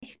gleich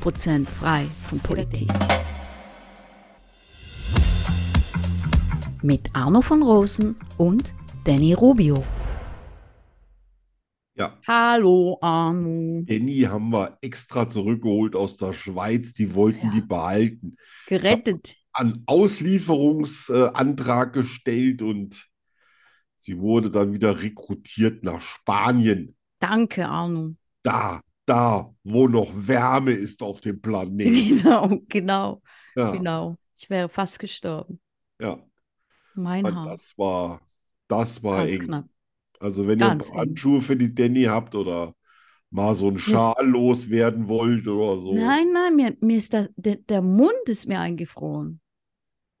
Prozent frei von Politik. Mit Arno von Rosen und Danny Rubio. Ja, Hallo Arno. Danny haben wir extra zurückgeholt aus der Schweiz. Die wollten Ja. die behalten. Gerettet. An Auslieferungsantrag gestellt und sie wurde dann wieder rekrutiert nach Spanien. Danke Arno. Da, da, wo noch Wärme ist auf dem Planeten. Genau, genau, Ja, genau. Ich wäre fast gestorben. ja. Mein Und Haus. das war, das war Genau. Ganz eng. knapp. Also wenn ihr ein Ganz paar eng. Handschuhe für die Danny habt oder mal so einen Schal loswerden wollt oder so. Nein, nein, mir, mir ist das, der, der Mund ist mir eingefroren.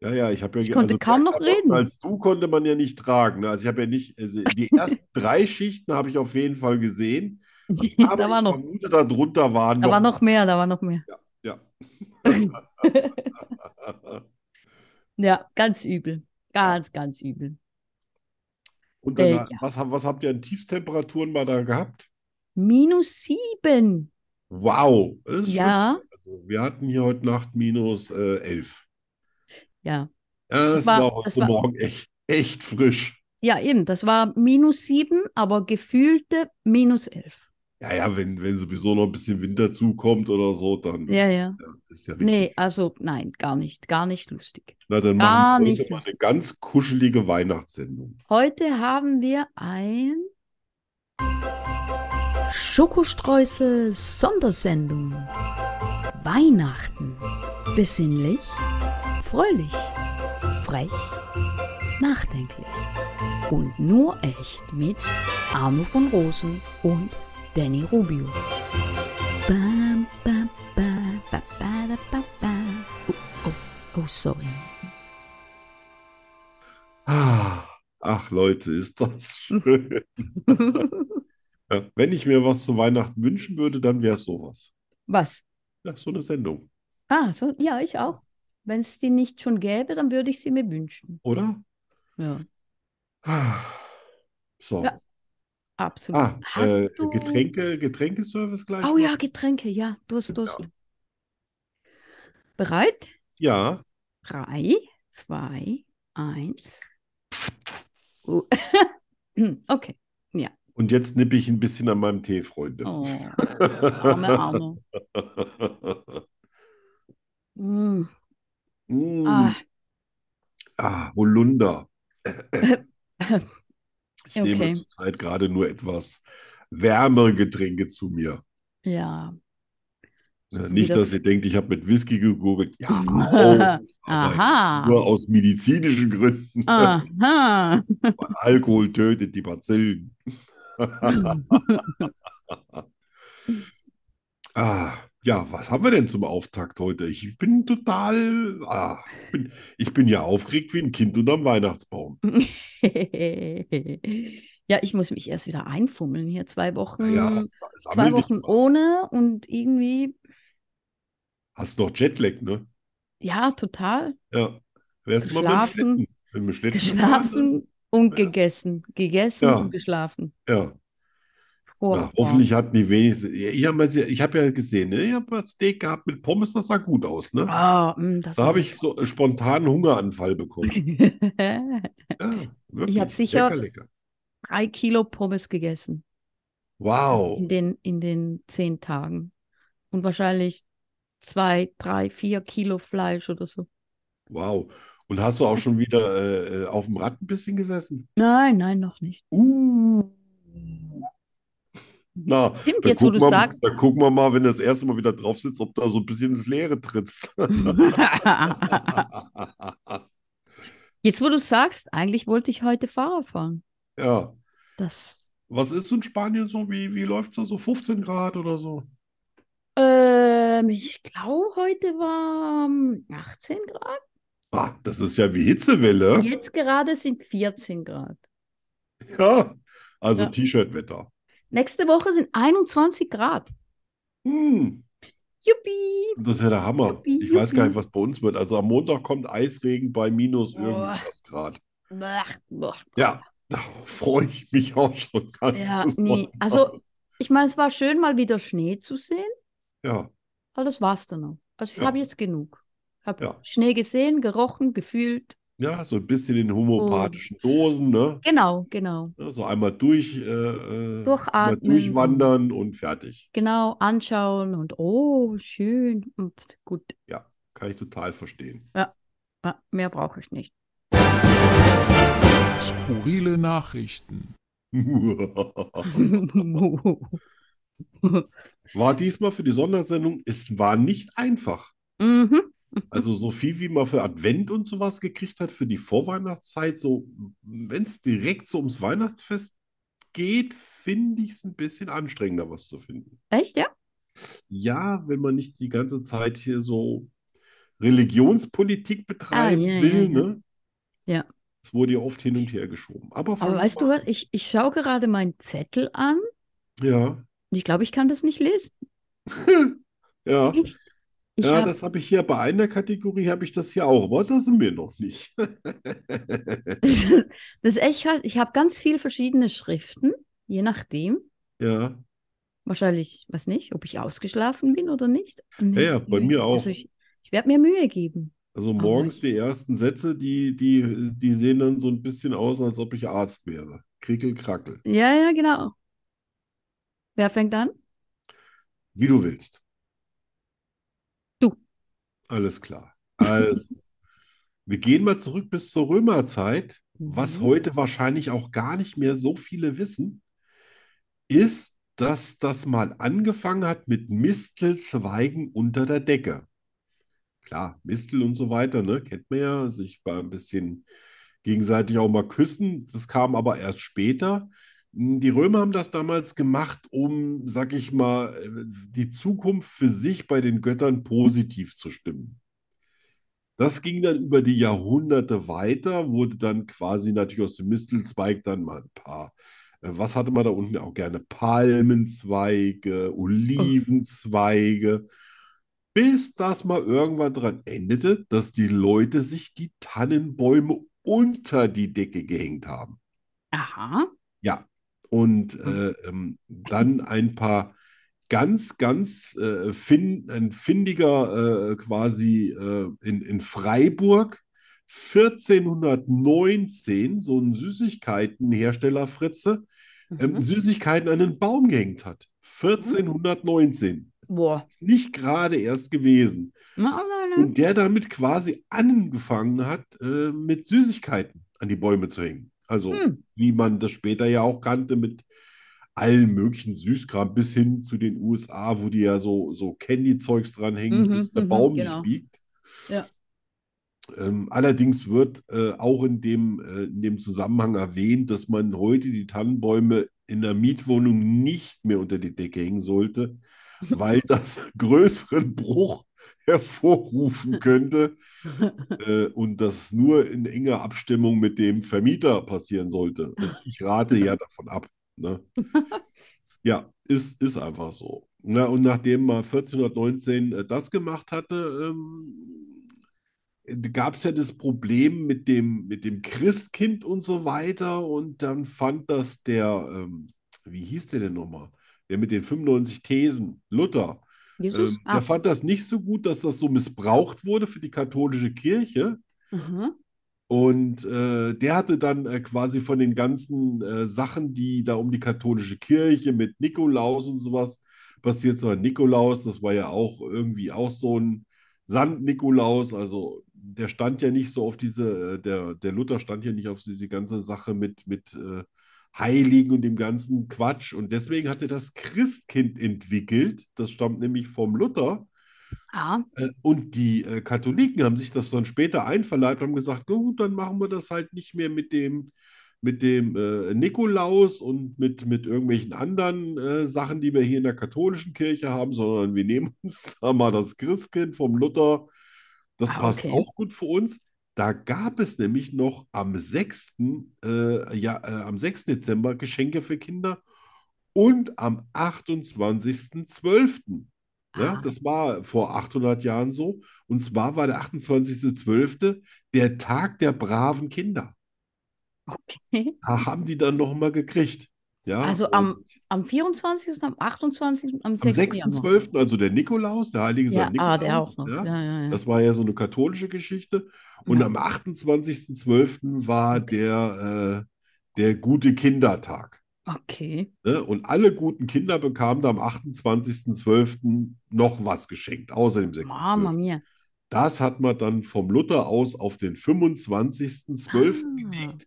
Ja, ja, ich habe ja, Ich ge- konnte also kaum mehr noch Klamotten reden. als du konnte man ja nicht tragen. ne? Also ich habe ja nicht, also die ersten drei Schichten habe ich auf jeden Fall gesehen, aber Da war ich noch, vermute, darunter waren da war noch, noch mehr, da war noch mehr. ja, Ja, ganz übel. Ganz, ganz übel. und Äh, dann, ja. was, hab- was habt ihr an Tiefstemperaturen mal da gehabt? Minus sieben. Wow, das ist schon, Ja, also wir hatten hier heute Nacht minus äh, elf. ja. Ja, Das das war- war heute das war- Morgen echt, echt frisch. Ja, eben, das war minus sieben, aber gefühlte minus elf. Ja, ja, wenn, wenn sowieso noch ein bisschen Winter zukommt oder so, dann Ja, ja. ist ja richtig. Nee, also nein, gar nicht, gar nicht lustig. Na, dann Gar machen wir heute nicht mal lustig. eine ganz kuschelige Weihnachtssendung. Heute haben wir ein Schokostreusel Sondersendung. Weihnachten. Besinnlich, fröhlich, frech, nachdenklich und nur echt mit Arno von Rosen und Danny Rubio. Bam, bam, bam, ba, ba, da, ba, ba. Oh, oh, oh, sorry. Ah, ach Leute, ist das schön. Ja, wenn ich mir was zu Weihnachten wünschen würde, dann wäre es sowas. Was? Ja, so eine Sendung, Ah, so, ja, ich auch. Wenn es die nicht schon gäbe, dann würde ich sie mir wünschen. oder? Ja, Ah, so. Ja, absolut. Ah, Hast äh, du- Getränke, Getränkeservice gleich Oh noch? ja, Getränke, ja, Durst, Genau. Durst. Bereit? Ja, Drei, zwei, eins. Oh. Okay, und jetzt nippe ich ein bisschen an meinem Tee, Freunde. oh, arme Arno. Mm. Mm, Ah, ah, Holunder. Ich nehme Okay. zurzeit gerade nur etwas wärmere Getränke zu mir. ja. Ne, Ist Nicht, wieder- dass ihr denkt, ich Oh. habe mit Whisky gegurgelt. Ja, auch, aber Aha, nur aus medizinischen Gründen. Ah. aha. Weil Alkohol tötet die Bazillen. Ah, ja, was haben wir denn zum Auftakt heute? Ich bin total, ah, ich bin, ich bin ja aufgeregt wie ein Kind unterm Weihnachtsbaum. Ja, ich muss mich erst wieder einfummeln hier. Zwei Wochen, Ja, sa- Mm, zwei sammel dich Wochen mal. ohne und irgendwie, Hast noch Jetlag, ne? ja, total. Ja. Wärst mal mit dem Geschlafen. Schlitten, mit dem Schlitten gefahren, ne? Geschlafen und Ja. gegessen. Gegessen Ja. und geschlafen. Ja. Na, Furchtbar. hoffentlich hatten die wenigsten. Ja, Ich habe ich hab ja gesehen, ne? ich habe ein Steak gehabt mit Pommes, das sah gut aus. Ne? Ah, mh, das Da war habe ich so spontan Hungeranfall bekommen. lecker. Ja, wirklich. hab sicher- Lecker, lecker. Drei Kilo Pommes gegessen Wow. in den, in den zehn Tagen. Und wahrscheinlich zwei, drei, vier Kilo Fleisch oder so. Wow. Und hast du auch schon wieder äh, auf dem Rad ein bisschen gesessen? Nein, nein, noch nicht. Uh. Na, Stimmt, da jetzt, wo gucken du wir, sagst. da gucken wir mal, wenn du das erste Mal wieder drauf sitzt, ob da so ein bisschen ins Leere trittst. Jetzt, wo du sagst, eigentlich wollte ich heute Fahrrad fahren. Ja. Das Was ist in Spanien so? Wie, wie läuft es da so? 15 Grad oder so? Ähm, ich glaube, heute war ähm, 18 Grad. Ah, das ist ja wie Hitzewelle. Jetzt gerade sind 14 Grad. Ja, also Ja. T-Shirt-Wetter. Nächste Woche sind 21 Grad. Hm, Juppie! das ist ja der Hammer. Juppie, Ich weiß gar nicht, juppie. was bei uns wird. Also am Montag kommt Eisregen bei minus Boah. irgendwas Grad. Boah, boah. Ja, da freue ich mich auch schon ganz Ja, nee. besonders. Also, ich meine, es war schön, mal wieder Schnee zu sehen, Ja, aber das war's dann auch. Also, ich Ja. habe jetzt genug. Ich habe ja. Schnee gesehen, gerochen, gefühlt. Ja, so ein bisschen in homöopathischen Oh. Dosen, ne? Genau, genau. Ja, So einmal durch, äh, äh, einmal Durchatmen. durchwandern und fertig. Genau, anschauen und oh, schön und gut. Ja, kann ich total verstehen. Ah, Mehr brauche ich nicht. Skurrile Nachrichten. mhm. War diesmal für die Sondersendung, es war nicht einfach. Mhm. Also so viel, wie man für Advent und sowas gekriegt hat, für die Vorweihnachtszeit, so wenn es direkt so ums Weihnachtsfest geht, finde ich es ein bisschen anstrengender, was zu finden. Echt, ja? Ja, wenn man nicht die ganze Zeit hier so Religionspolitik betreiben Ah, ja, ja, will, ja. ne? Ja. Es wurde ja oft hin und her geschoben. Aber Aber fangen wir weißt du mal was? Ich, ich schaue gerade meinen Zettel an an. Ja. und ich glaube, ich kann das nicht lesen. Ja. Echt? Ich Ja, habe das habe ich hier bei einer Kategorie, habe ich das hier auch, aber da sind wir noch nicht. das ist echt krass. Ich habe ganz viel verschiedene Schriften, je nachdem. Ja, Wahrscheinlich, weiß nicht, ob ich ausgeschlafen bin oder nicht. Und ja, jetzt ja, bei irgendwie- mir auch. Also ich, ich werde mir Mühe geben. Also Aber morgens ich- die ersten Sätze, die, die, die sehen dann so ein bisschen aus, als ob ich Arzt wäre. Krickel, krackel. Ja, ja, genau. Wer fängt an? Wie du willst. Du. Alles klar. Also, wir gehen mal zurück bis zur Römerzeit. Was Mhm. heute wahrscheinlich auch gar nicht mehr so viele wissen, ist, dass das mal angefangen hat mit Mistelzweigen unter der Decke. Klar, Mistel und so weiter, ne? Kennt man ja, sich mal ein bisschen gegenseitig auch mal küssen. Das kam aber erst später. Die Römer haben das damals gemacht, um, sag ich mal, äh, die Zukunft für sich bei den Göttern positiv zu stimmen. Das ging dann über die Jahrhunderte weiter, wurde dann quasi natürlich aus dem Mistelzweig dann mal ein paar. äh, Was hatte man da unten auch gerne? Palmenzweige, Olivenzweige, bis das mal irgendwann dran endete, dass die Leute sich die Tannenbäume unter die Decke gehängt haben. Aha. Ja. Und Mhm. äh, ähm, dann ein paar ganz, ganz äh, fin ein findiger äh, quasi äh, in, in Freiburg 1419 so ein Süßigkeitenhersteller Fritze ähm, Mhm. Süßigkeiten an den Baum gehängt hat. 1419. Boah. Nicht gerade erst gewesen. Na, na, na. Und der damit quasi angefangen hat, äh, mit Süßigkeiten an die Bäume zu hängen. Also, Hm. wie man das später ja auch kannte, mit allen möglichen Süßkram bis hin zu den USA, wo die ja so, so Candy-Zeugs dranhängen, Mhm, bis der mhm, Baum sich genau. biegt. Ja. Ähm, allerdings wird äh, auch in dem, äh, in dem Zusammenhang erwähnt, dass man heute die Tannenbäume in der Mietwohnung nicht mehr unter die Decke hängen sollte, weil das größeren Bruch hervorrufen könnte äh, und das nur in enger Abstimmung mit dem Vermieter passieren sollte. Und ich rate ja davon ab. Ne? Ja, ist, ist einfach so. Na, und nachdem man 1419 äh, das gemacht hatte, ähm, gab es ja das Problem mit dem, mit dem Christkind und so weiter. Und dann fand das der, ähm, wie hieß der denn nochmal? Der mit den 95 Thesen, Luther. Jesus? Ähm, der Ah. fand das nicht so gut, dass das so missbraucht wurde für die katholische Kirche. Aha. Und äh, der hatte dann äh, quasi von den ganzen äh, Sachen, die da um die katholische Kirche mit Nikolaus und sowas passiert sind. Nikolaus, das war ja auch irgendwie auch so ein Sand-Nikolaus. Also der stand ja nicht so auf diese, äh, der, der Luther stand ja nicht auf diese ganze Sache mit, mit äh, Heiligen und dem ganzen Quatsch. Und deswegen hat er das Christkind entwickelt. Das stammt nämlich vom Luther. Ah. Äh, Und die äh, Katholiken haben sich das dann später einverleibt und haben gesagt, "Na gut, dann machen wir das halt nicht mehr mit dem, mit dem äh, Nikolaus und mit, mit irgendwelchen anderen äh, Sachen, die wir hier in der katholischen Kirche haben, sondern wir nehmen uns da mal das Christkind vom Luther. Das Ah, passt okay. auch gut für uns. Da gab es nämlich noch am 6. Äh, ja, äh, am 6. Dezember Geschenke für Kinder und am 28.12. Ja, Ah, Ne? das war vor 800 Jahren so. Und zwar war der 28.12. der Tag der braven Kinder. okay. Da haben die dann nochmal gekriegt. Ja, Also und am, am 24., am 28., am am 6. Januar. 6.12., also der Nikolaus, der heilige Ja, St. ah, der auch Nikolaus, noch. ja, Ja, ja, ja. das war ja so eine katholische Geschichte. Und Ja, am 28.12. war okay. der, äh, der gute Kindertag. Okay. Ne? Und alle guten Kinder bekamen da am 28.12. noch was geschenkt, außer dem Mama 6.12. mia. Das hat man dann vom Luther aus auf den 25.12. Ah. gelegt.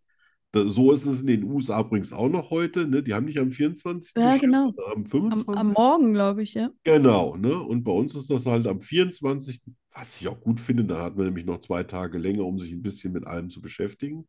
Da, so ist es in den USA übrigens auch noch heute. Ne? Die haben nicht am 24. Ja, geschenkt, genau. sondern am Am, am 25. Morgen, glaube ich, ja. Genau. Ne? Und bei uns ist das halt am 24., was ich auch gut finde. Da hat man nämlich noch zwei Tage länger, um sich ein bisschen mit allem zu beschäftigen.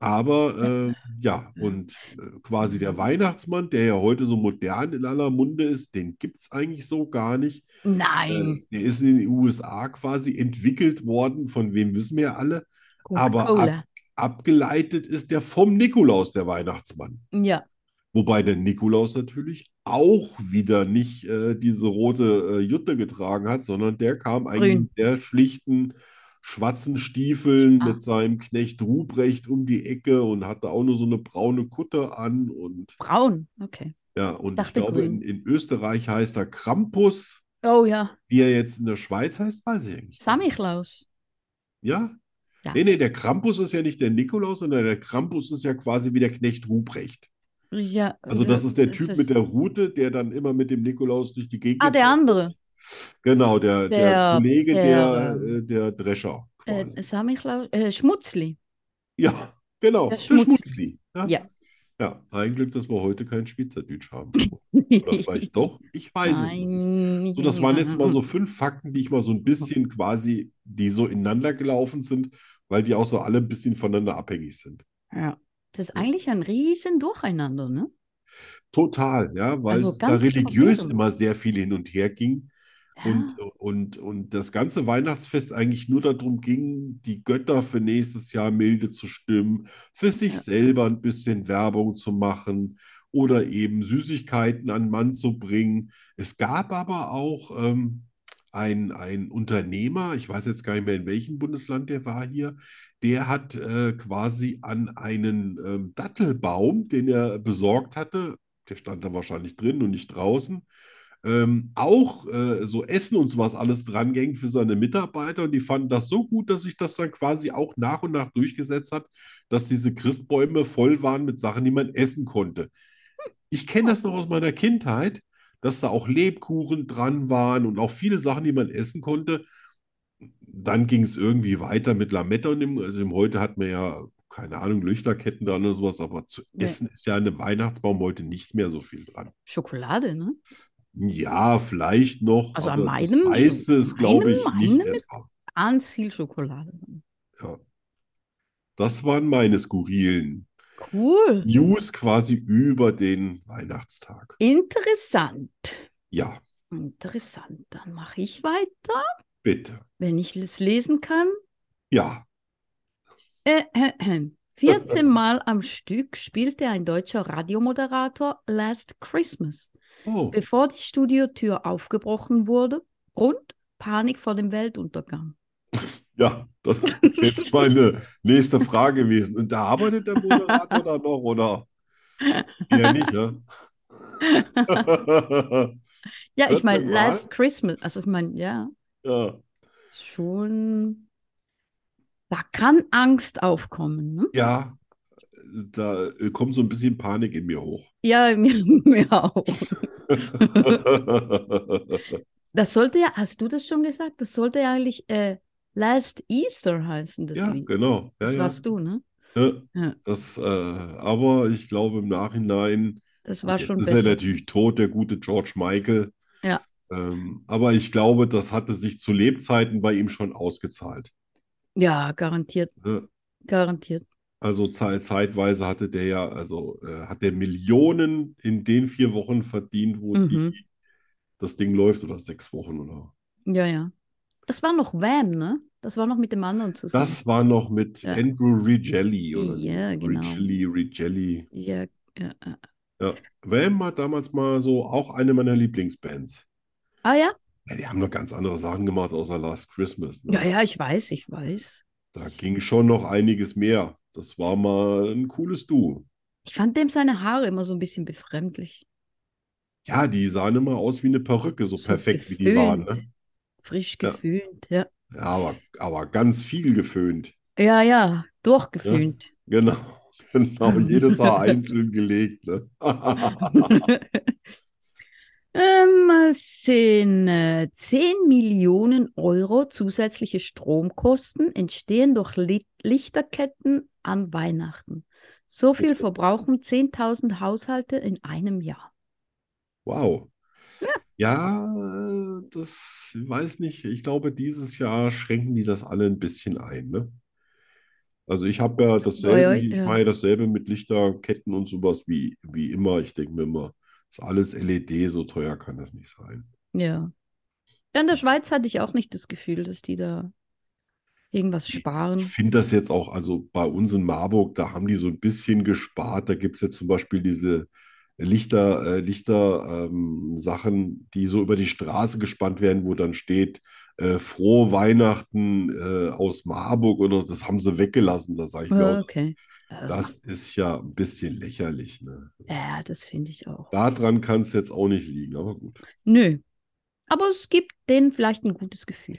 Ja, Aber äh, ja, ja. und äh, quasi der Weihnachtsmann, der ja heute so modern in aller Munde ist, den gibt es eigentlich so gar nicht. Äh, Nein. der ist in den USA quasi entwickelt worden, von wem wissen wir ja alle, aber ab, Coca-Cola. abgeleitet ist der vom Nikolaus, der Weihnachtsmann. Ja. Wobei der Nikolaus natürlich auch wieder nicht äh, diese rote äh, Jutte getragen hat, sondern der kam eigentlich Grün. in sehr schlichten, schwarzen Stiefeln Ah, mit seinem Knecht Ruprecht um die Ecke und hatte auch nur so eine braune Kutte an. Und braun. Okay. ja, und ich Dachte glaube, in, grün. in Österreich heißt er Krampus. Oh ja. Wie er jetzt in der Schweiz heißt, weiß ich eigentlich gar nicht. Samichlaus. Ja? Ja, Nee, nee, der Krampus ist ja nicht der Nikolaus, sondern der Krampus ist ja quasi wie der Knecht Ruprecht. ja, Also das äh, ist der es Typ mit ist. der Rute, der dann immer mit dem Nikolaus durch die Gegend Ah, der gezogen andere. ist. Genau, der, der Der, Kollege, der, der, äh, der Drescher äh, quasi. äh, Samichlaus, äh, Schmutzli. Ja, Der genau, der Schmutzli. Schmutzli. Ja, Ja. ja, ein Glück, dass wir heute kein Schweizerdeutsch haben. Oder vielleicht doch, ich weiß es noch nicht. So, das waren jetzt mal Nein. so fünf Fakten, die ich mal so ein bisschen quasi, die so ineinander gelaufen sind, weil die auch so alle ein bisschen voneinander abhängig sind. Ja. Das ist Ja. eigentlich ein riesen Durcheinander, ne? Total, ja, weil Also es da ganz religiös verwirrend. immer sehr viel hin und her ging und, Ja. und, und das ganze Weihnachtsfest eigentlich nur darum ging, die Götter für nächstes Jahr milde zu stimmen, für sich Ja. selber ein bisschen Werbung zu machen oder eben Süßigkeiten an den Mann zu bringen. Es gab aber auch ähm, ein, ein Unternehmer, ich weiß jetzt gar nicht mehr, in welchem Bundesland der war hier, der hat äh, quasi an einen ähm, Dattelbaum, den er besorgt hatte, der stand da wahrscheinlich drin und nicht draußen, ähm, auch äh, so Essen und sowas alles drangehängt für seine Mitarbeiter und die fanden das so gut, dass sich das dann quasi auch nach und nach durchgesetzt hat, dass diese Christbäume voll waren mit Sachen, die man essen konnte. Ich kenne das noch aus meiner Kindheit, dass da auch Lebkuchen dran waren und auch viele Sachen, die man essen konnte. Dann ging es irgendwie weiter mit Lametta und dem, also dem heute hat man ja, keine Ahnung, Leuchterketten dran oder sowas, aber zu Nee. essen ist ja an einem Weihnachtsbaum heute nicht mehr so viel dran. Schokolade, ne? Ja, vielleicht noch, Also an aber das meinem, Sch- meiste ist, meinem, glaube ich, nicht meinem ist essbar. ganz viel Schokolade drin. Ja. Das waren meine skurrilen Cool. News quasi über den Weihnachtstag. Interessant. Ja, Interessant. Dann mache ich weiter, bitte. wenn ich es lesen kann. Äh, Ja. Ähähem. 14 Mal am Stück spielte ein deutscher Radiomoderator Last Christmas, Oh, bevor die Studiotür aufgebrochen wurde und Panik vor dem Weltuntergang. ja, das wäre jetzt meine nächste Frage gewesen. Und da arbeitet der Moderator dann noch, oder? Eher nicht, ne? Ja, ich 14 meine, Mal? Last Christmas, also ich meine, ja, Ja. ist schon, da kann Angst aufkommen. Ne? Ja, da äh, kommt so ein bisschen Panik in mir hoch. Ja, mir, mir auch. Das sollte ja, hast du das schon gesagt? Das sollte ja eigentlich äh, Last Easter heißen, das Ja, Lied. genau. Ja, Das ja. warst du, ne? Ja, Ja, das, äh, aber ich glaube im Nachhinein, das war gut, jetzt schon ist er besser. natürlich tot, der gute George Michael. Ja. Ähm, aber ich glaube, das hatte sich zu Lebzeiten bei ihm schon ausgezahlt. Ja, garantiert, Ne? garantiert. Also zei- zeitweise hatte der ja, also äh, hat der Millionen in den vier Wochen verdient, wo Mhm. die, das Ding läuft oder sechs Wochen oder. Ja, ja. Das war noch Wham, ne? Das war noch mit dem anderen zusammen. Das war noch mit Ja, Andrew Rigelli oder ja, genau. Rigelli, Rigelli. Ja, ja. ja. Ja, Wham war damals mal so auch eine meiner Lieblingsbands. Ah ja? Ja, die haben noch ganz andere Sachen gemacht außer Last Christmas, Ja, ne? ja, ich weiß, ich weiß. Da Ich, ging schon noch einiges mehr. Das war mal ein cooles Duo. ich fand dem seine Haare immer so ein bisschen befremdlich. Ja, die sahen immer aus wie eine Perücke, so So perfekt wie die waren, geföhnt, ne? frisch Ja, geföhnt, ja. ja, aber, aber ganz viel geföhnt. Ja, ja, Ja, durchgeföhnt. genau, genau, jedes Haar einzeln gelegt, ne? Ähm, es sind äh, 10 Millionen Euro zusätzliche Stromkosten entstehen durch Li Lichterketten an Weihnachten. So viel verbrauchen 10.000 Haushalte in einem Jahr. Wow. Ja, Ja, äh, das ich weiß nicht. Ich glaube, dieses Jahr schränken die das alle ein bisschen ein, ne? Also ich habe ja oi, dasselbe, oi, ich ja. mache ja dasselbe mit Lichterketten und sowas wie, wie immer. Ich denke mir immer, ist alles LED, so teuer kann das nicht sein. Ja. Ja, In der Schweiz hatte ich auch nicht das Gefühl, dass die da irgendwas Ich ich sparen. finde das jetzt auch, also bei uns in Marburg, da haben die so ein bisschen gespart. Da gibt es jetzt zum Beispiel diese Lichter, äh, Lichter, ähm, Sachen, die so über die Straße gespannt werden, wo dann steht, äh, Frohe Weihnachten, äh, aus Marburg oder das haben sie weggelassen. Da sage ich mir auch, Ja, das, Ah, Okay. Ja, Das macht, das ist ja ein bisschen lächerlich, ne? ja, das finde ich auch. Daran kann es jetzt auch nicht liegen, aber gut. Nö. Aber es gibt denen vielleicht ein gutes Gefühl.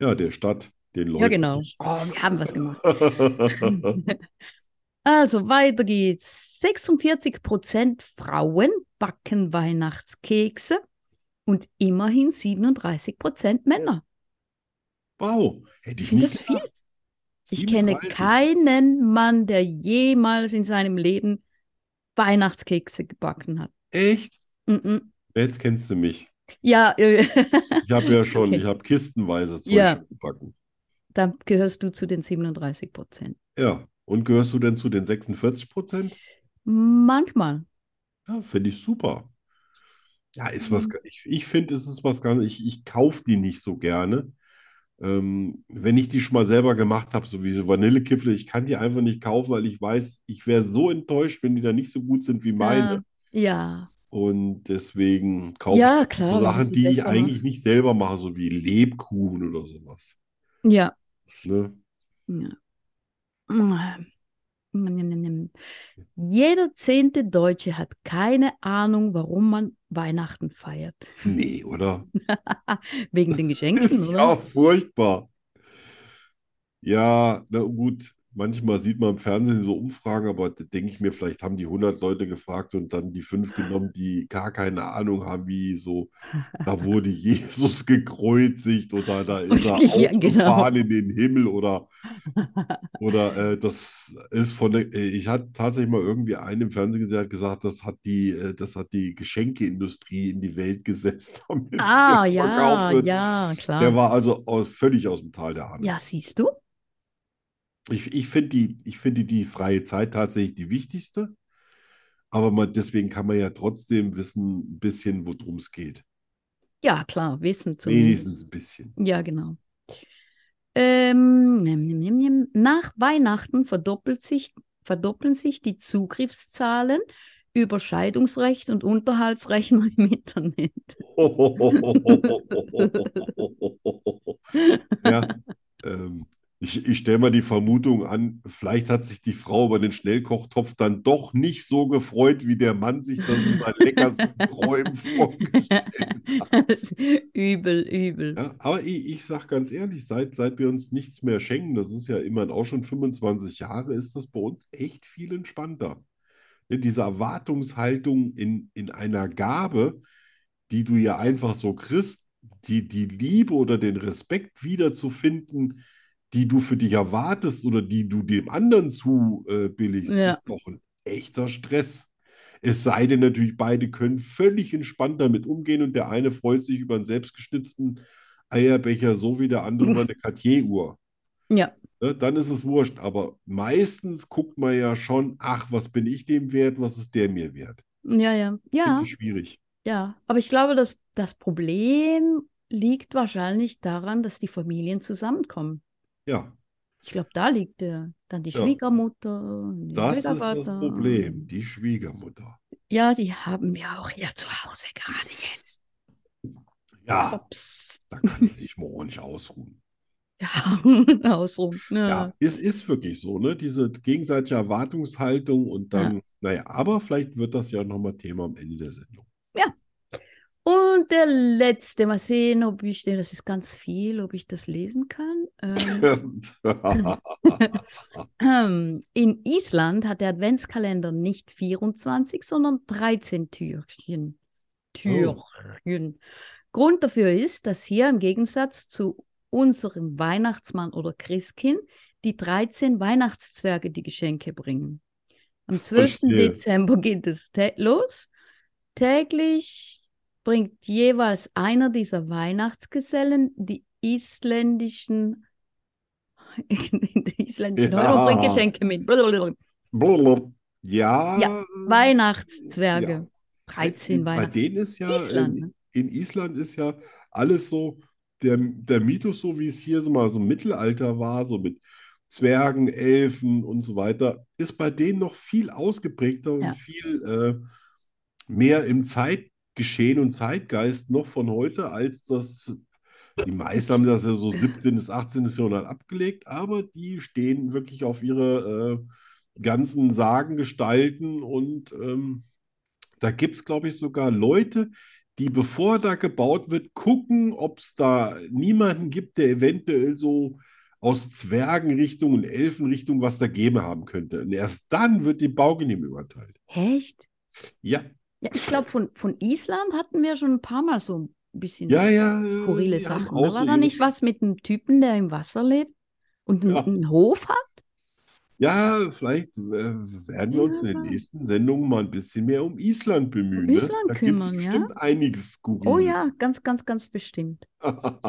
Ja, der Stadt, den Ja, Leuten genau. nicht. Oh, wir haben was gemacht. Also, weiter geht's. 46% Frauen backen Weihnachtskekse und immerhin 37% Männer. Wow, hätte Ich ich finde nicht das viel. gedacht. Ich kenne 37. keinen Mann, der jemals in seinem Leben Weihnachtskekse gebacken hat. Echt? Mm-mm. Jetzt kennst du mich. Ja, äh, Ich habe ja schon, ich okay. habe kistenweise Zeug Ja, schon gebacken. dann gehörst du zu den 37%. Ja. Und gehörst du denn zu den 46 Prozent? Manchmal. Ja, finde ich super. Ja, ist was, Mhm. ga- ich, ich finde, es ist was ganz, ich, ich kaufe die nicht so gerne. Ähm, wenn ich die schon mal selber gemacht habe, so wie so Vanillekipfel, ich kann die einfach nicht kaufen, weil ich weiß, ich wäre so enttäuscht, wenn die dann nicht so gut sind wie meine. Äh, ja. Und deswegen kaufe ich Ja, dann so klar, wenn du Sachen, sie die ich besser eigentlich machst. nicht selber mache, so wie Lebkuchen oder sowas. Ja. Ne? ja. Mm. Nimm, nimm, nimm, nimm. Jeder zehnte Deutsche hat keine Ahnung, warum man Weihnachten feiert. Nee, oder? Wegen den Geschenken, Ist ja oder? furchtbar. Ja, na gut, manchmal sieht man im Fernsehen so Umfragen, aber da denke ich mir, vielleicht haben die 100 Leute gefragt und dann die fünf genommen, die gar keine Ahnung haben, wie so, da wurde Jesus gekreuzigt oder da ist er Ja, genau. aufgefahren in den Himmel oder, oder äh, das ist von der, äh, ich hatte tatsächlich mal irgendwie einen im Fernsehen gesehen, der hat gesagt, das hat die, äh, das hat die Geschenkeindustrie in die Welt gesetzt, damit hier Ah, verkauft ja, wird. ja, Der klar. war also aus, völlig aus dem Tal der Ahnung. Ja, siehst du? Ich, ich finde die, ich finde die freie Zeit tatsächlich die wichtigste, aber man, deswegen kann man ja trotzdem wissen, ein bisschen, worum es geht. Ja, klar, Wissen zumindest. Wenigstens ein bisschen. Ja, genau. Ähm, nimm, nimm, nimm, nimm. Nach Weihnachten verdoppelt sich, verdoppeln sich die Zugriffszahlen über Scheidungsrecht und Unterhaltsrechnung im Internet. Ja, ähm, ich, ich stelle mal die Vermutung an, vielleicht hat sich die Frau über den Schnellkochtopf dann doch nicht so gefreut, wie der Mann sich das in seinen leckersten Träumen vorgestellt hat. Das ist Übel, übel. Ja, aber ich, ich sage ganz ehrlich, seit, seit wir uns nichts mehr schenken, das ist ja immerhin auch schon 25 Jahre, ist das bei uns echt viel entspannter. Ne, Diese Erwartungshaltung in, in einer Gabe, die du ja einfach so kriegst, die, die Liebe oder den Respekt wiederzufinden, die du für dich erwartest oder die du dem anderen zubilligst, Ja, ist doch ein echter Stress. Es sei denn natürlich, beide können völlig entspannt damit umgehen und der eine freut sich über einen selbstgeschnitzten Eierbecher, so wie der andere über eine Cartier-Uhr. Ja. Ne, dann ist es wurscht. Aber meistens guckt man ja schon, ach, was bin ich dem wert, was ist der mir wert? Ja, ja. Ja, Finde ich schwierig. ja. Aber ich glaube, dass das Problem liegt wahrscheinlich daran, dass die Familien zusammenkommen. Ja, Ich glaube, da liegt der, dann die Ja. Schwiegermutter, und die das ist das Schwiegervater. Problem. Die Schwiegermutter. Ja, die haben ja auch ihr Zuhause gerade jetzt. Ja, Ups. da kann sie sich mal ordentlich ausruhen. Ja, ausruhen. Ja, Ja. es ist wirklich so, ne? Diese gegenseitige Erwartungshaltung und dann, naja, aber vielleicht wird das ja nochmal Thema am Ende der Sendung. Und der letzte, mal sehen, ob ich den, das ist ganz viel, ob ich das lesen kann. Ähm, Ähm, In Island hat der Adventskalender nicht 24, sondern 13 Türchen. Türchen. Grund dafür ist, dass hier im Gegensatz zu unserem Weihnachtsmann oder Christkind die 13 Weihnachtszwerge die Geschenke bringen. Am 12. Verstehe. Dezember geht es tä- los. Täglich bringt jeweils einer dieser Weihnachtsgesellen die isländischen, die isländischen Ja. Euro bringt Geschenke mit. Blablabla. Blablabla. Ja, Ja, Weihnachtszwerge. Ja. 13 bei äh, Weihnachten. denen ist ja, Island, in, ne? in Island ist ja alles so, der, der Mythos, so wie es hier so mal so im Mittelalter war, so mit Zwergen, Elfen und so weiter, ist bei denen noch viel ausgeprägter und Ja. viel äh, mehr im Zeitgeschehen und Zeitgeist noch von heute, als das. Die meisten haben das ja so 17. bis 18. Jahrhundert abgelegt, aber die stehen wirklich auf ihre äh, ganzen Sagen, Gestalten und ähm, da gibt es, glaube ich, sogar Leute, die, bevor da gebaut wird, gucken, ob es da niemanden gibt, der eventuell so aus Zwergenrichtung und Elfenrichtung was dagegen haben könnte. Und erst dann wird die Baugenehmigung überteilt. Echt? Ja, Ja, ich glaube, von, von Island hatten wir schon ein paar Mal so ein bisschen ja, ja. skurrile die haben Sachen. auch Da war so da nicht ihre- was mit einem Typen, der im Wasser lebt und einen, Ja. einen Hof hat? Ja, vielleicht äh, werden wir uns in den Ja. nächsten Sendungen mal ein bisschen mehr um Island bemühen. Ne? Island Da gibt es kümmern, ja. bestimmt einiges Oh ja, ganz, ganz, ganz bestimmt. ja.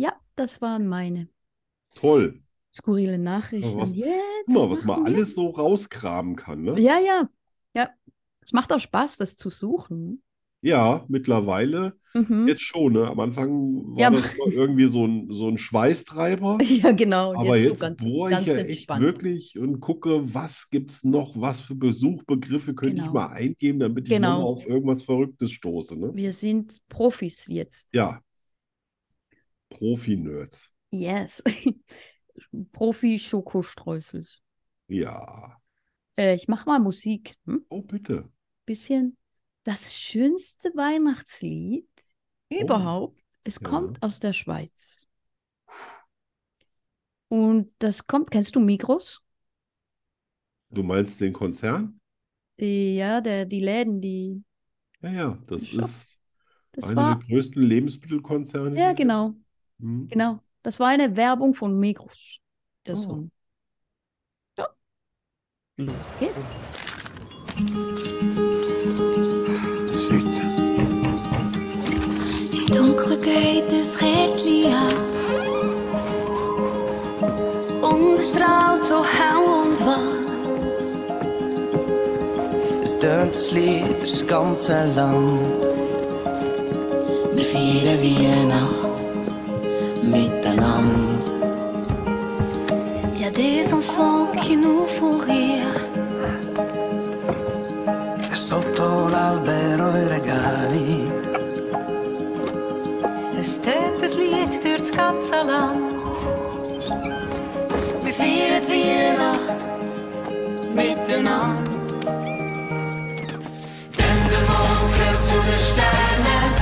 Ja, das waren meine Toll. skurrile Nachrichten. was- Jetzt Guck mal, was man machen wir- alles so rauskramen kann, ne? Ja, ja, ja. Es macht auch Spaß, das zu suchen. Ja, mittlerweile Mhm. jetzt schon, ne? Am Anfang war Ja. das immer irgendwie so ein, so ein Schweißtreiber, Ja, genau. Und aber jetzt so jetzt ganz, bohre ganz ich ja echt entspannt. wirklich und gucke, was gibt's noch, was für Besuchbegriffe könnte ich Genau. mal eingeben, damit ich nochmal Genau. auf irgendwas Verrücktes stoße, ne? Wir sind Profis jetzt. Ja. Profi-Nerds. Yes. Profi-Schokostreusels. Ja. Äh, ich mache mal Musik. Hm? Oh, bitte. Bisschen. Das schönste Weihnachtslied Oh. überhaupt. Es Ja. kommt aus der Schweiz. Und das kommt, kennst du Migros? Du meinst den Konzern? Die, Äh, ja, der, die Läden, die. Ja, ja, das Shop. ist Das einer war. der größten Lebensmittelkonzerne, die Ja, es genau. gibt. Hm. Genau. Das war eine Werbung von Migros. Der Oh. Song. Ja. Los geht's. Im Dunkeln geht das Rätsel an und es strahlt so hell und warm. Es tönt das Lied durchs ganze Land. Wir feiern Weihnacht miteinander. Y a des enfants qui nous font rire E sotto l'albero i regali. Es tönt ein Lied durch das ganze Land. Wir feiern die Weihnacht miteinander. Denn der Wolken zu den Sternen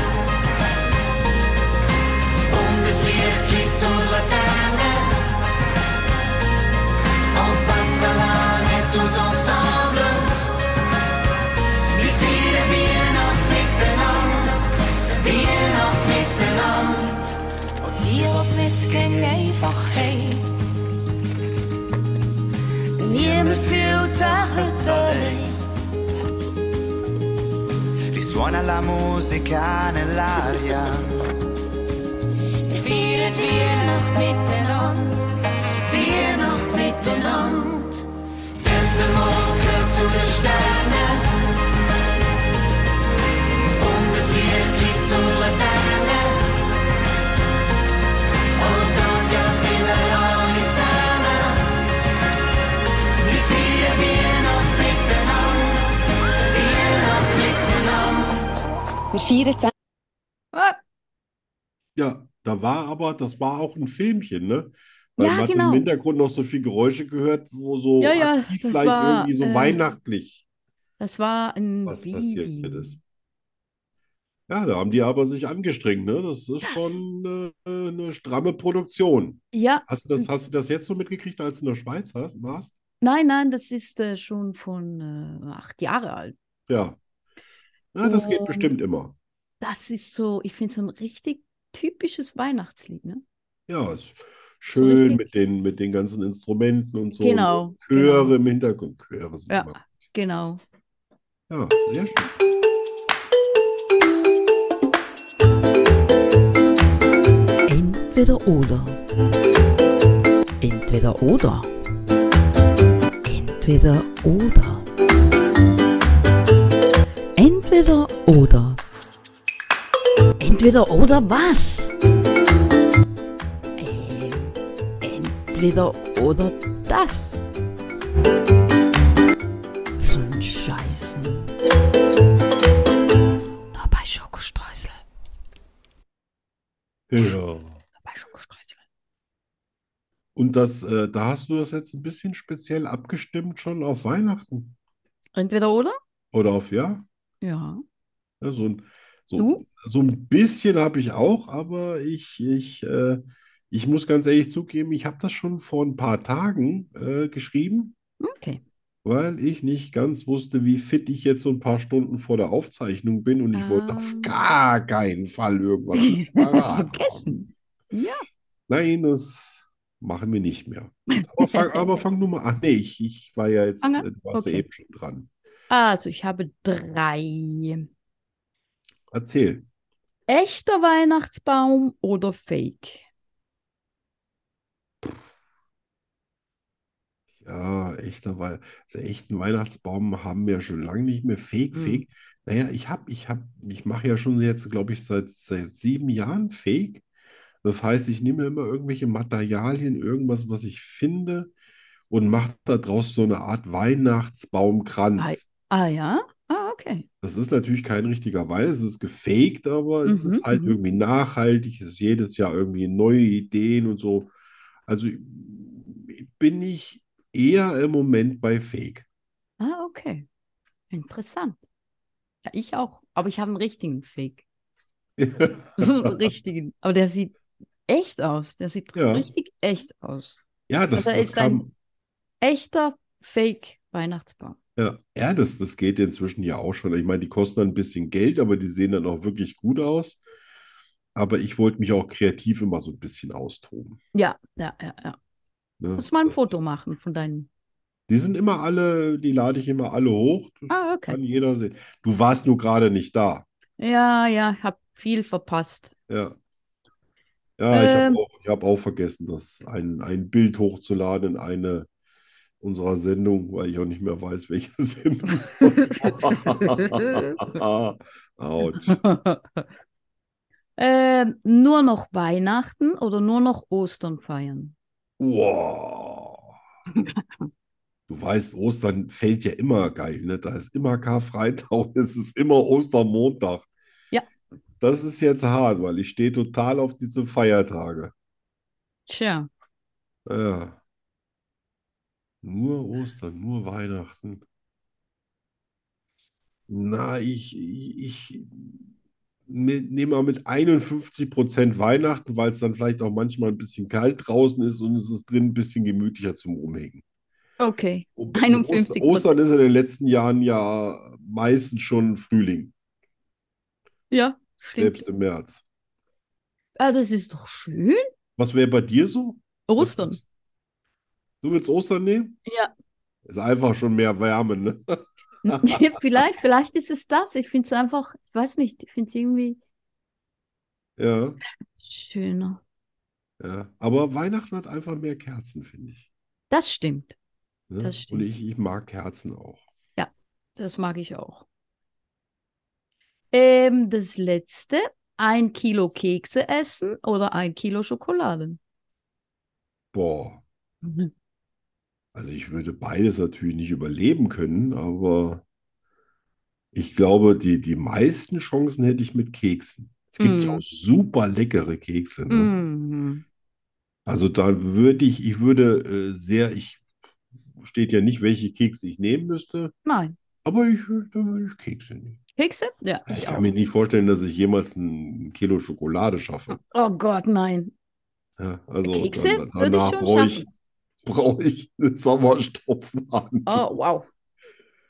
und das Licht liegt zur Laterne. Und Pascalane, tous ensemble. Wir feiern Weihnacht miteinander, Weihnacht miteinander. Und die, was nicht gehen, einfach heim. Niemand fühlt sich heute allein. Risuona la musica nell'aria. Wir feiern die Weihnacht miteinander. Nacht. Denn de wolken zu den Sternen. Und das Licht liegt zu Laternen. Und das Jahr sind wir alle zusammen. Wie feiern wir noch miteinander? Wir noch miteinander. Wir feiern zusammen. Ah, Ja, da war aber, das war auch ein Filmchen, ne? Weil Ja, man hat im genau. Hintergrund noch so viel Geräusche gehört, wo so Ja, ja, aktiv das vielleicht war, irgendwie so äh, weihnachtlich das war ein was passiert Video. ist. Ja, da haben die aber sich angestrengt, ne? Das ist Das- schon äh, eine stramme Produktion. Ja, Hast du das, hast du das jetzt so mitgekriegt, als du in der Schweiz hast- warst? nein, nein, das ist äh, schon von äh, acht Jahre alt. Ja. Ja, das geht Und- bestimmt immer. Das ist so, ich finde so ein richtig typisches Weihnachtslied, ne? Ja, ist richtig- schön mit den, mit den ganzen Instrumenten und so. Genau, Chöre genau. im Hintergrund. Chöre sind Ja. immer. Genau. Ja, sehr schön. Entweder oder. Entweder oder. Entweder oder. Entweder oder. Entweder oder was? Ähm, entweder oder das. Zum Scheißen. Nur bei Schokostreusel. Ja. Nur bei Schokostreusel. Und das, äh, da hast du das jetzt ein bisschen speziell abgestimmt schon auf Weihnachten Entweder oder? oder auf ja? Ja. Ja, so ein, so, Du? so ein bisschen habe ich auch, aber ich, ich, äh, ich muss ganz ehrlich zugeben, ich habe das schon vor ein paar Tagen äh, geschrieben, Okay. weil ich nicht ganz wusste, wie fit ich jetzt so ein paar Stunden vor der Aufzeichnung bin und ich wollte auf Ah. gar keinen Fall irgendwas verraten. Vergessen. Ja. Nein, das machen wir nicht mehr. Aber fang, aber fang nur mal an. Nee, ich, ich war ja jetzt, Fang an? äh, du warst ja Okay. eben schon dran. Also, ich habe drei. Erzähl. Echter Weihnachtsbaum oder Fake? Ja, echter Wei also echten Weihnachtsbaum haben wir schon lange nicht mehr. Fake, Mhm. Fake. Naja, ich hab, ich hab, ich mache ja schon jetzt, glaube ich, seit, seit sieben Jahren Fake. Das heißt, ich nehme immer irgendwelche Materialien, irgendwas, was ich finde und mache daraus so eine Art Ei. Weihnachtsbaumkranz. Ah ja? Ah, okay. Das ist natürlich kein richtiger Wein, es ist gefaked, aber es ist Mhm, halt mhm. irgendwie nachhaltig, es ist jedes Jahr irgendwie neue Ideen und so. Also bin ich eher im Moment bei Fake. Ah, okay. Interessant. Ja, ich auch. Aber ich habe einen richtigen Fake. So einen richtigen. Aber der sieht echt aus. Der sieht Ja. richtig echt aus. Ja, das, Also er das ist kam, ein- Echter Fake-Weihnachtsbaum. ja, ja das, das geht inzwischen ja auch schon. Ich meine, die kosten dann ein bisschen Geld, aber die sehen dann auch wirklich gut aus. Aber ich wollte mich auch kreativ immer so ein bisschen austoben. Ja, ja, ja, ja. Ne? Muss mal ein Das- Foto machen von deinen. Die sind immer alle, die lade ich immer alle hoch. Ah, okay. Kann jeder sehen. Du warst nur gerade nicht da. Ja, ja, ich habe viel verpasst. Ja. Ja, ich habe Ähm. auch, ich hab auch vergessen, das ein, ein Bild hochzuladen in eine unserer Sendungen, weil ich auch nicht mehr weiß, welche Sendung das war. Autsch. Ähm, nur noch Weihnachten oder nur noch Ostern feiern? Wow. Du weißt, Ostern fällt ja immer geil, ne? Da ist immer Karfreitag, es ist immer Ostermontag. Ja. Das ist jetzt hart, weil ich stehe total auf diese Feiertage. Tja, Ja. Nur Ostern, nur Weihnachten. Na, ich, ich, ich ne- nehme mal mit 51% Weihnachten, weil es dann vielleicht auch manchmal ein bisschen kalt draußen ist und es ist drin ein bisschen gemütlicher zum Rumhängen. okay. Ob- 51%. Ostern ist in den letzten Jahren ja meistens schon Frühling, Ja, stimmt. selbst im März. Ah, das ist doch schön. Was wäre bei dir so? Was Ostern. würdest- Du willst Ostern nehmen? Ja. Ist einfach schon mehr Wärme, ne? Vielleicht, vielleicht ist es das. Ich finde es einfach, ich weiß nicht, ich finde es irgendwie Ja, schöner. ja. Aber Weihnachten hat einfach mehr Kerzen, finde ich. Das stimmt. Ne? Das Und stimmt. ich, ich mag Kerzen auch. Das mag ich auch. Ähm, das letzte, ein Kilo Kekse essen oder ein Kilo Schokolade. Boah, Mhm. also ich würde beides natürlich nicht überleben können, aber ich glaube, die, die meisten Chancen hätte ich mit Keksen. Es gibt ja Mm. auch super leckere Kekse, ne? Mhm. Also da würde ich, ich würde äh, sehr, ich steht ja nicht, welche Kekse ich nehmen müsste, Nein. aber ich, äh, da würde ich Kekse nehmen. Kekse? Ja, ich Ich auch. kann mir nicht vorstellen, dass ich jemals ein Kilo Schokolade schaffe. Oh Gott, nein. Ja, also Kekse dann, würde ich danach schon brauche ich, schaffen. brauche ich einen Sommerstropfen an. Oh, wow.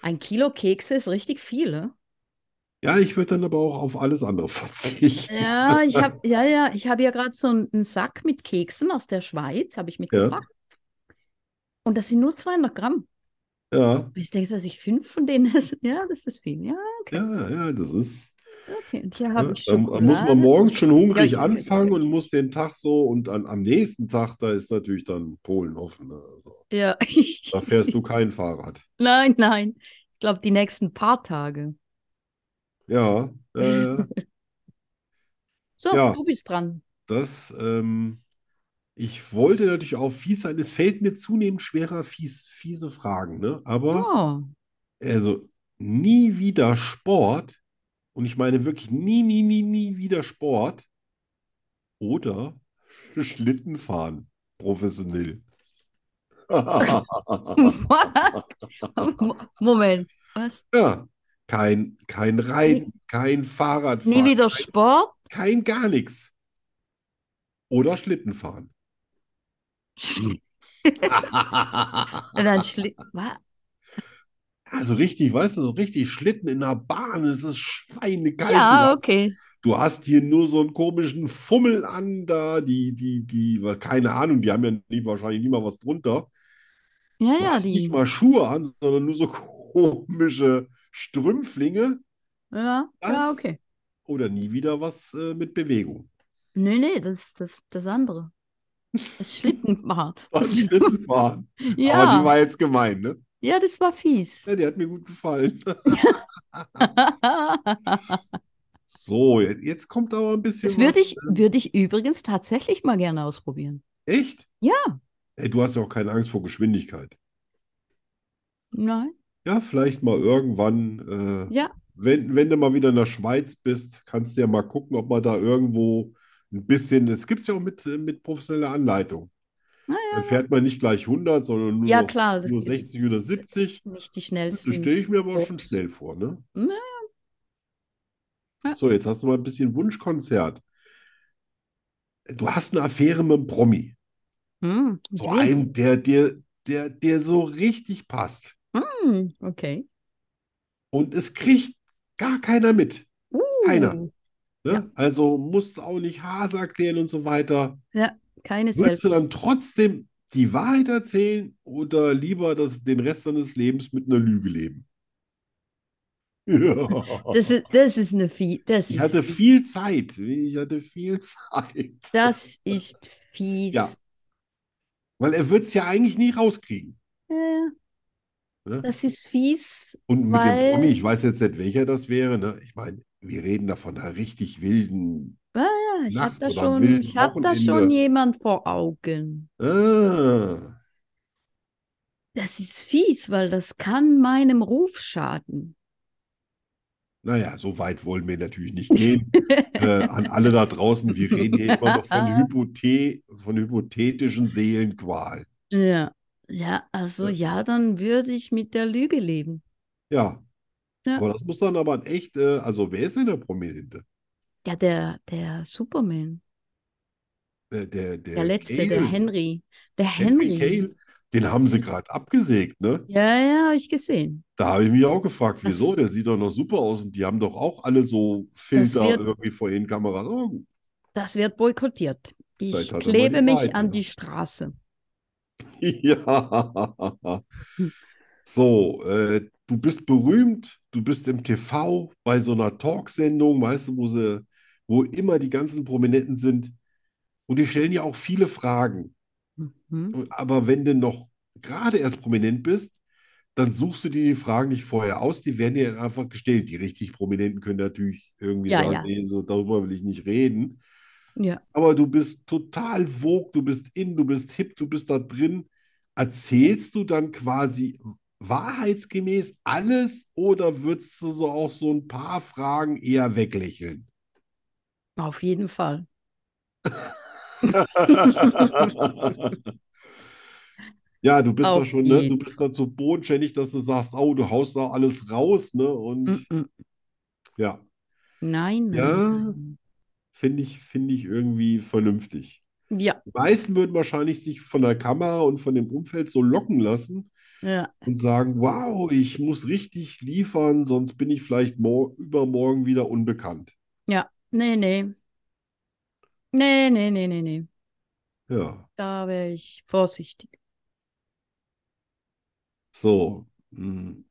Ein Kilo Kekse ist richtig viel, ne? Ja, ich würde dann aber auch auf alles andere verzichten. Ja, ich habe ja, ja, ich habe ja gerade so einen Sack mit Keksen aus der Schweiz, habe ich mitgebracht. Und das sind nur 200 Gramm. Ja, Ich denke, dass ich fünf von denen esse. Ja, das ist viel. Ja, ja, ja, das ist. okay. Und hier ne, habe ich da Schokolade. muss man morgens schon hungrig Ja, ja, ja, anfangen ja. und muss den Tag so und an, am nächsten Tag, da ist natürlich dann Polen offen. ne, Also, Ja. da fährst du kein Fahrrad. Nein, nein. Ich glaube, die nächsten paar Tage. Ja, äh, So, Ja. du bist dran. das, ähm, ich wollte natürlich auch fies sein. Es fällt mir zunehmend schwerer, fies, fiese Fragen, ne? Aber. Oh, Also nie wieder Sport. Und ich meine wirklich nie, nie, nie, nie wieder Sport. Oder Schlittenfahren professionell. what? Mo- Oh. Moment. Was? Ja, kein, kein Reiten, kein Fahrradfahren, Nie wieder Sport? kein gar nichts. Oder Schlittenfahren. Und dann schli Wa- Also richtig, weißt du, so richtig Schlitten in der Bahn, es ist schweinekalt. Du Ja, hast okay. Du hast hier nur so einen komischen Fummel an da, die, die, die, keine Ahnung, die haben ja nie, wahrscheinlich nie mal was drunter. Ja, Du ja, hast nicht die. mal Schuhe an, sondern nur so komische Strümpflinge Ja, ja, Das- okay. oder nie wieder was äh, mit Bewegung. Nee, nee, das das, das andere. Das Schlittenfahren. Das Das- stimmt mal. Aber die Ja, war jetzt gemein, ne? ja, das war fies. Ja, die hat mir gut gefallen. So, jetzt, jetzt kommt aber ein bisschen Das würde was. ich, würde ich übrigens tatsächlich mal gerne ausprobieren. Echt? Ja. Ey, du hast ja auch keine Angst vor Geschwindigkeit. Nein. Ja, vielleicht mal irgendwann, äh, Ja. wenn, wenn du mal wieder in der Schweiz bist, kannst du ja mal gucken, ob man da irgendwo ein bisschen, das gibt es ja auch mit, äh, mit professioneller Anleitung. Na Dann fährt man nicht gleich 100, sondern nur, Ah, Ja, klar, das nur geht 60 oder 70. nicht die Das schnellsten. stelle ich mir aber schon Ups. schnell vor, ne? Na Ja. So, jetzt hast du mal ein bisschen Wunschkonzert. Du hast eine Affäre mit einem Promi. Hm, So okay. einem, der dir, der, der so richtig passt. Hm, okay. Und es kriegt gar keiner mit. Keiner. Uh, Ne? Ja. Also musst du auch nicht Hase erklären und so weiter. keine Würdest du dann Selfies. trotzdem die Wahrheit erzählen oder lieber das, den Rest deines Lebens mit einer Lüge leben? Ja. Das ist, das ist eine Fie das Ich ist, hatte viel Zeit. Ich hatte viel Zeit. das ist fies. Ja. Weil er wird es ja eigentlich nie rauskriegen. Äh, Ne? Das ist fies. Und mit dem weil- Promi, ich weiß jetzt nicht, welcher das wäre. Ne? Ich meine, wir reden da von einer richtig wilden. Ja, ich habe Nacht da oder am schon, wilden ich hab da schon Wochenende. jemand vor Augen. Ah, Das ist fies, weil das kann meinem Ruf schaden. naja, so weit wollen wir natürlich nicht gehen. äh, an alle da draußen, wir reden hier immer noch von, Hypothe von hypothetischen Seelenqual. Ja, ja, also ja, dann würde ich mit der Lüge leben. Ja. Ja. Aber das muss dann aber ein echt, äh, also wer ist denn der Prominente? Ja, der, der Superman, Äh, der, der letzte, der Cagle. Henry, der Henry Henry. Cagle. Den haben sie gerade abgesägt, ne? Ja, ja, habe ich gesehen. Da habe ich mich auch gefragt, Das- wieso? Der sieht doch noch super aus und die haben doch auch alle so Filter wird- irgendwie vor ihren Kameras. Oh, gut. Das wird boykottiert. Ich Vielleicht hat er mal die klebe mich Wahrheit an die gesagt. Straße. Ja. So, äh, du bist berühmt, du bist im TV bei so einer Talksendung, weißt du, wo sie, wo immer die ganzen Prominenten sind. Und die stellen ja auch viele Fragen. Mhm. Aber wenn du noch gerade erst prominent bist, dann suchst du dir die Fragen nicht vorher aus, die werden dir dann einfach gestellt. Die richtig Prominenten können natürlich irgendwie Ja, sagen, ja. nee, so darüber will ich nicht reden. Ja. Aber du bist total vogue, du bist in, du bist hip, du bist da drin. Erzählst du dann quasi wahrheitsgemäß alles oder würdest du so auch so ein paar Fragen eher weglächeln? Auf jeden Fall. Ja, du bist Auf doch schon, ne? Du jeden bist dann so bodenständig, dass du sagst, oh, du haust da alles raus, ne? Und Mm -mm. ja, Nein, nein. Ja. nein. finde ich, finde ich irgendwie vernünftig. Ja, Die meisten würden wahrscheinlich sich von der Kamera und von dem Umfeld so locken lassen ja, und sagen, wow, ich muss richtig liefern, sonst bin ich vielleicht mor übermorgen wieder unbekannt. ja. Nee, nee. Nee, nee, nee, nee, nee. Ja, Da wäre ich vorsichtig, so. Hm.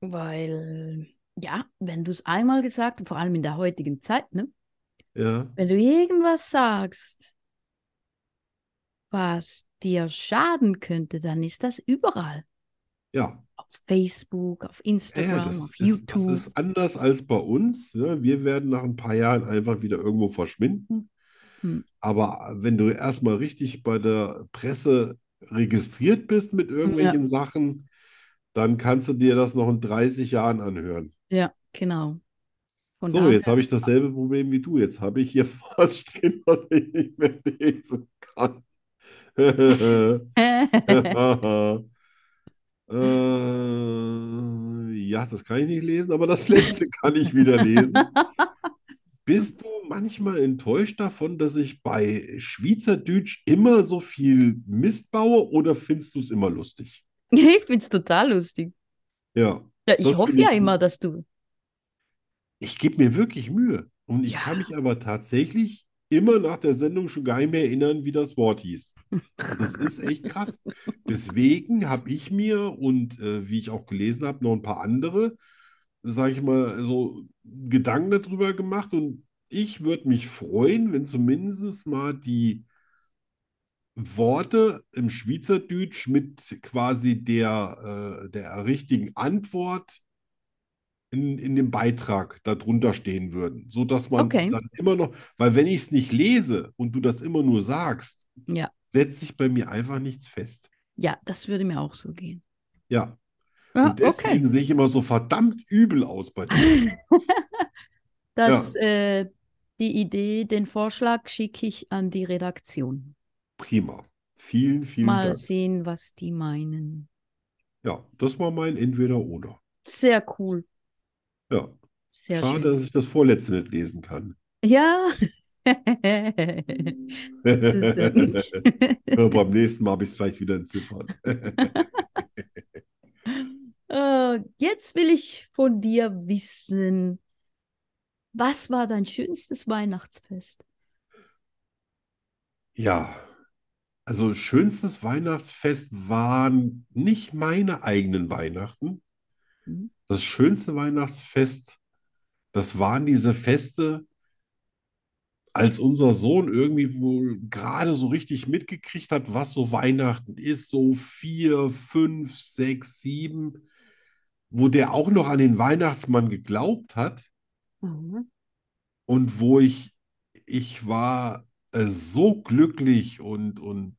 weil, ja, wenn du es einmal gesagt hast, vor allem in der heutigen Zeit, ne? Ja, Wenn du irgendwas sagst, was dir schaden könnte, dann ist das überall. ja. Auf Facebook, auf Ja, Instagram, ja, das auf ist, das YouTube. ist anders als bei uns. Ja, wir werden nach ein paar Jahren einfach wieder irgendwo verschwinden. Hm. Aber äh, wenn du erstmal richtig bei der Presse registriert bist mit irgendwelchen Sachen, dann kannst du dir das noch in 30 Jahren anhören. Ja, genau. Von So, daher, jetzt habe ich dasselbe Problem wie du. Jetzt habe ich hier fast stehen, was ich nicht mehr lesen kann. Äh, ja, das kann ich nicht lesen, aber das letzte kann ich wieder lesen. Bist du manchmal enttäuscht davon, dass ich bei Schweizerdeutsch immer so viel Mist baue oder findest du es immer lustig? ich finde es total lustig. Ja, Ja, ich Das hoffe finde ja ich immer, gut. dass du. ich gebe mir wirklich Mühe und ich Ja. kann mich aber tatsächlich immer nach der Sendung schon gar nicht mehr erinnern, wie das Wort hieß. Das ist echt krass. Deswegen habe ich mir und äh, wie ich auch gelesen habe, noch ein paar andere, sage ich mal, so Gedanken darüber gemacht. Und ich würde mich freuen, wenn zumindest mal die Worte im Schweizerdeutsch mit quasi der, äh, der richtigen Antwort in, in dem Beitrag darunter stehen würden, sodass man Okay. dann immer noch, weil wenn ich es nicht lese und du das immer nur sagst, Ja. setzt sich bei mir einfach nichts fest. Ja, das würde mir auch so gehen. Ja, Ja, und deswegen sehe ich immer so verdammt übel aus bei dir. okay. Das, äh, die Idee, den Vorschlag schicke ich an die Redaktion. Prima. Vielen, vielen Mal Dank. sehen, was die meinen. Ja, das war mein Entweder-Oder. Sehr cool. Ja, Sehr schön. schade, dass ich das vorletzte nicht lesen kann. Ja. Ja, beim nächsten Mal habe ich es vielleicht wieder entziffert. Äh, Jetzt will ich von dir wissen, was war dein schönstes Weihnachtsfest? Ja, also schönstes Weihnachtsfest waren nicht meine eigenen Weihnachten. Mhm. Das schönste Weihnachtsfest, das waren diese Feste, als unser Sohn irgendwie wohl gerade so richtig mitgekriegt hat, was so Weihnachten ist, so vier, fünf, sechs, sieben, wo der auch noch an den Weihnachtsmann geglaubt hat. Und wo ich, ich war äh, so glücklich und, und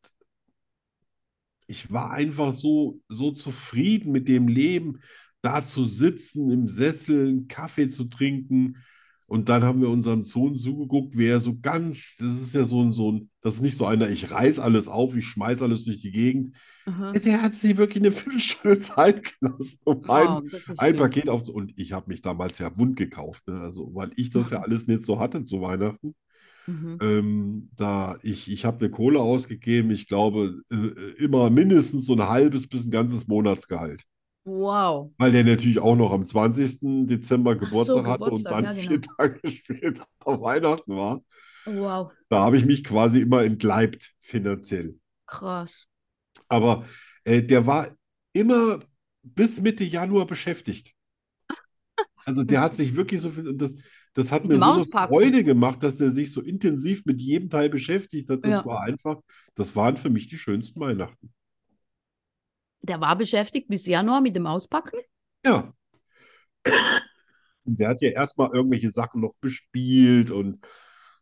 ich war einfach so, so zufrieden mit dem Leben, da zu sitzen, im Sessel, einen Kaffee zu trinken. Und dann haben wir unserem Sohn zugeguckt, wie er so ganz, das ist ja so ein, so ein, das ist nicht so einer, ich reiß alles auf, ich schmeiß alles durch die Gegend. Aha. Der hat sich wirklich eine Viertelstunde Zeit gelassen, Oh, um einen Wow, das ist ein schön. Paket auf und ich habe mich damals ja wund gekauft, ne? Also weil ich das ja alles nicht so hatte zu Weihnachten. Mm-hmm. Mhm. Ähm, da ich ich habe eine Kohle ausgegeben, ich glaube äh, immer mindestens so ein halbes bis ein ganzes Monatsgehalt, Wow. weil der natürlich auch noch am 20. Dezember so, Geburtstag hatte und Geburtstag, dann ja, genau. vier Tage später Weihnachten war. Wow, Da habe ich mich quasi immer entgleibt finanziell. krass. Aber äh, der war immer bis Mitte Januar beschäftigt. Also der hat sich wirklich so viel, und das, das hat mir so eine Mauspacken. Freude gemacht, dass er sich so intensiv mit jedem Teil beschäftigt hat. Das Ja. war einfach, das waren für mich die schönsten Weihnachten. Der war beschäftigt bis Januar mit dem Auspacken. Ja. Und der hat ja erstmal irgendwelche Sachen noch bespielt und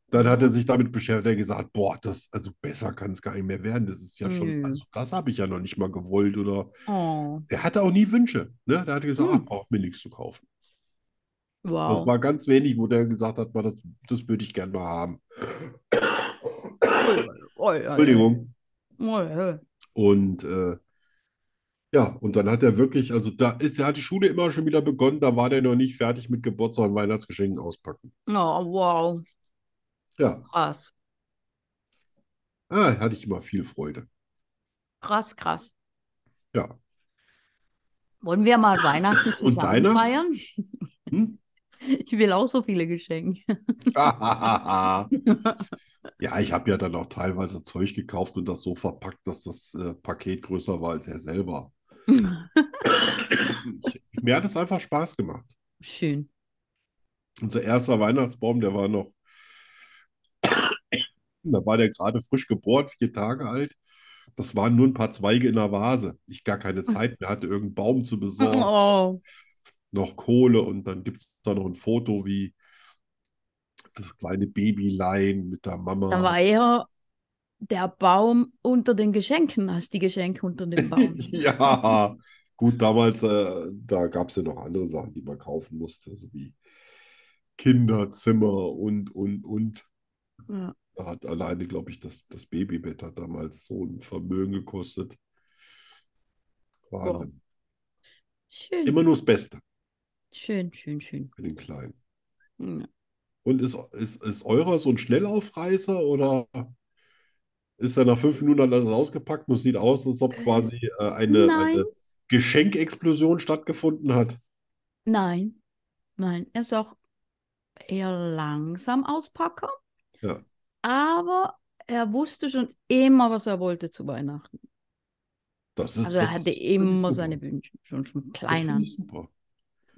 dann hat er sich damit beschäftigt und gesagt, boah, das, also besser kann es gar nicht mehr werden. Das ist ja schon, Nö. also das habe ich ja noch nicht mal gewollt oder Oh, der hatte auch nie Wünsche. Ne? Der hatte gesagt, Hm. ach, braucht mir nichts zu kaufen. Das wow. war ganz wenig, wo der gesagt hat, mal, das, das würde ich gerne mal haben. Ah, Oi, oi, oi. Entschuldigung. Oi, oi. Und äh, ja, und dann hat er wirklich, also da ist, da hat die Schule immer schon wieder begonnen, da war der noch nicht fertig mit Geburtstag und Weihnachtsgeschenken auspacken. Oh, wow, Ja, krass, ah, hatte ich immer viel Freude. krass, krass. Ja. Wollen wir mal Weihnachten Und zusammen deiner? feiern? Hm? Ich will auch so viele Geschenke. Ja, ich habe ja dann auch teilweise Zeug gekauft und das so verpackt, dass das äh, Paket größer war als er selber. Ich, mir hat es einfach Spaß gemacht. Schön. Unser erster Weihnachtsbaum, der war noch, da war der gerade frisch gebohrt, vier Tage alt. Das waren nur ein paar Zweige in der Vase. Ich gar keine Zeit mehr hatte, irgendeinen Baum zu besorgen, Oh, noch Kohle und dann gibt es da noch ein Foto, wie das kleine Babylein mit der da Mama. war eher der Baum unter den Geschenken als die Geschenke unter dem Baum. Ja, gut, damals, äh, da gab es ja noch andere Sachen, die man kaufen musste, so wie Kinderzimmer und, und, und. Ja. Da hat alleine, glaube ich, das, das Babybett hat damals so ein Vermögen gekostet. Wahnsinn. Schön, Immer nur das Beste schön, schön, schön. für den Kleinen. Ja. Und ist, ist, ist eurer so ein Schnellaufreißer oder ist er nach fünf Minuten hat alles ausgepackt und es sieht aus, als ob quasi äh, eine, Nein. eine Geschenkexplosion stattgefunden hat? Nein, nein, er ist auch eher langsam Auspacker, Ja. aber er wusste schon immer, was er wollte zu Weihnachten. Das ist, Also er das hatte ist, finde ich immer super. seine Wünsche, schon schon Das finde kleiner ich super.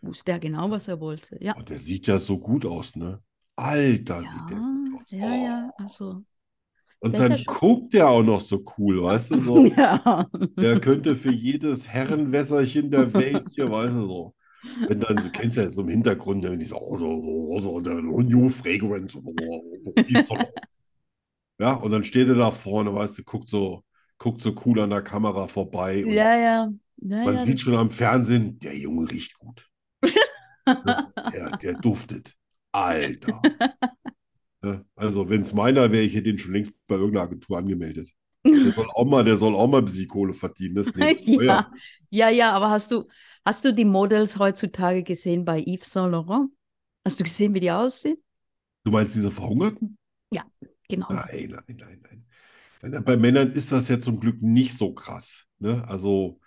wusste er genau, was er wollte. Ja, Und der sieht ja so gut aus, ne? Alter, sieht der ja, gut aus. ja, Oh. ja, also Der Und ist dann ja schon- guckt der auch noch so cool, weißt du, so. ja, Der könnte für jedes Herrenwässerchen der Welt hier, weißt du so. Wenn dann, du kennst ja so im Hintergrund, wenn die so, oh, so, so, so, der New Fragrance. oh, oh, oh, ist doch noch. Ja, und dann steht er da vorne, weißt du, guckt so, guckt so cool an der Kamera vorbei. Und ja, ja, ja, man Ah ja, sieht schon am Fernsehen, der Junge riecht gut. Ne, Der, der duftet. Alter. Ja, also, wenn es meiner wäre, ich hätte den schon längst bei irgendeiner Agentur angemeldet. Der soll auch mal, der soll auch mal ein bisschen Kohle verdienen. Das ist nicht teuer. ja, ja, ja, aber hast du, hast du die Models heutzutage gesehen bei Yves Saint Laurent? Hast du gesehen, wie die aussehen? Du meinst diese Verhungerten? Genau. Nein, nein, nein, nein. nein. Bei Männern ist das ja zum Glück nicht so krass. Ne? Also,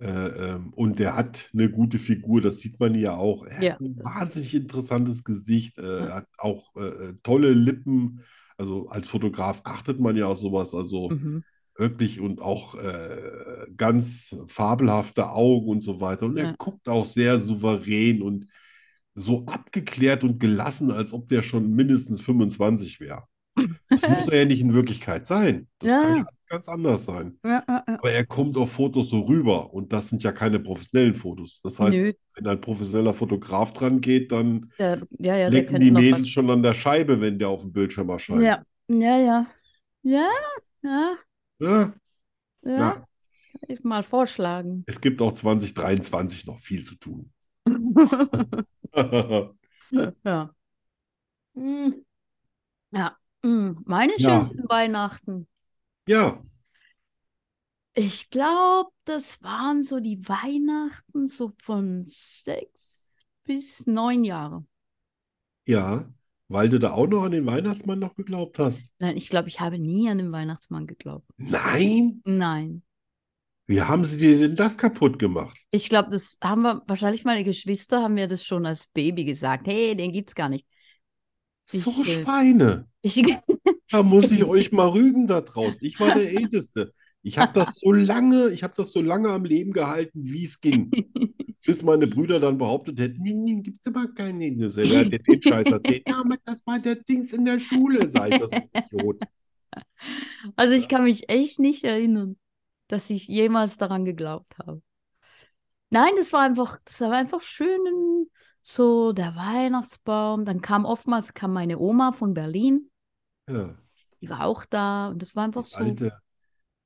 äh, ähm, und der hat eine gute Figur, das sieht man ja auch. Er Ja. hat ein wahnsinnig interessantes Gesicht, äh, hat auch äh, tolle Lippen. Also als Fotograf achtet man ja auf sowas. Also Mhm. wirklich und auch äh, ganz fabelhafte Augen und so weiter. Und er Ja. guckt auch sehr souverän und so abgeklärt und gelassen, als ob der schon mindestens 25 wäre. Das muss er ja nicht in Wirklichkeit sein. Das Ja. kann ja ganz anders sein. Ja, ja, ja. Aber er kommt auf Fotos so rüber und das sind ja keine professionellen Fotos. Das heißt, Nö, wenn ein professioneller Fotograf dran geht, dann der, ja, ja, der lecken könnte die noch Mädels schon an der Scheibe, wenn der auf dem Bildschirm was. erscheint. Ja, ja, ja, ja, ja, Ja, ja, Ne? ja. kann ich mal vorschlagen. Es gibt auch 2023 noch viel zu tun. Ja. Mm. Ja. Mm. Meine Ja. schönsten Weihnachten. Ja, Ich glaube, das waren so die Weihnachten so von sechs bis neun Jahre. ja, weil du da auch noch an den Weihnachtsmann noch geglaubt hast. Nein, ich glaube, ich habe nie an den Weihnachtsmann geglaubt. Nein, Nein. wie haben sie dir denn das kaputt gemacht? Ich glaube, das haben wir, wahrscheinlich meine Geschwister haben mir das schon als Baby gesagt. Hey, den gibt's gar nicht. So Ich, äh, Schweine. Ich, Da muss ich euch mal rügen da draußen. Ich war der Älteste. Ich habe das so lange, ich habe das so lange am Leben gehalten, wie es ging. Bis meine Brüder dann behauptet hätten, nee, nee, gibt's aber keinen. Das- Wer hat dir den Scheiß erzählt? Ja, aber das war der Dings in der Schule, sei das ein Idiot. also ich kann mich echt nicht erinnern. dass ich jemals daran geglaubt habe. Nein, das war einfach, das war einfach schön, so der Weihnachtsbaum. Dann kam oftmals kam meine Oma von Berlin, Ja, die war auch da und das war einfach die so. alte,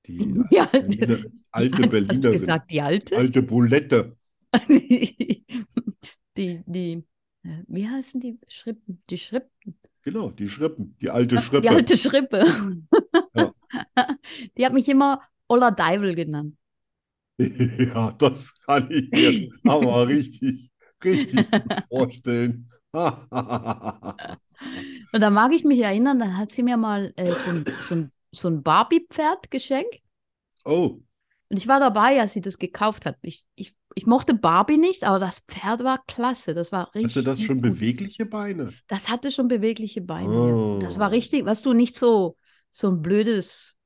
die Die alte, die Berliner, alte alte hast du Berlinerin, gesagt, die alte? alte Bulette. die, die, äh, wie heißen die Schrippen? Die Schrippen. Genau, die Schrippen, die alte Die Schrippe. alte Schrippe. Ja. Die hat mich immer Olla Deivel genannt. Ja, das kann ich mir aber richtig, richtig gut vorstellen. Oh, Ja, Und da mag ich mich erinnern, dann hat sie mir mal äh, so ein, so ein, so ein Barbie-Pferd geschenkt. oh, Und ich war dabei, als sie das gekauft hat. Ich, ich, ich mochte Barbie nicht, aber das Pferd war klasse. Das war richtig. hatte das schon gut. bewegliche Beine? Das hatte schon bewegliche Beine. ja. Und Das war Oh. richtig, was du nicht so, so ein blödes.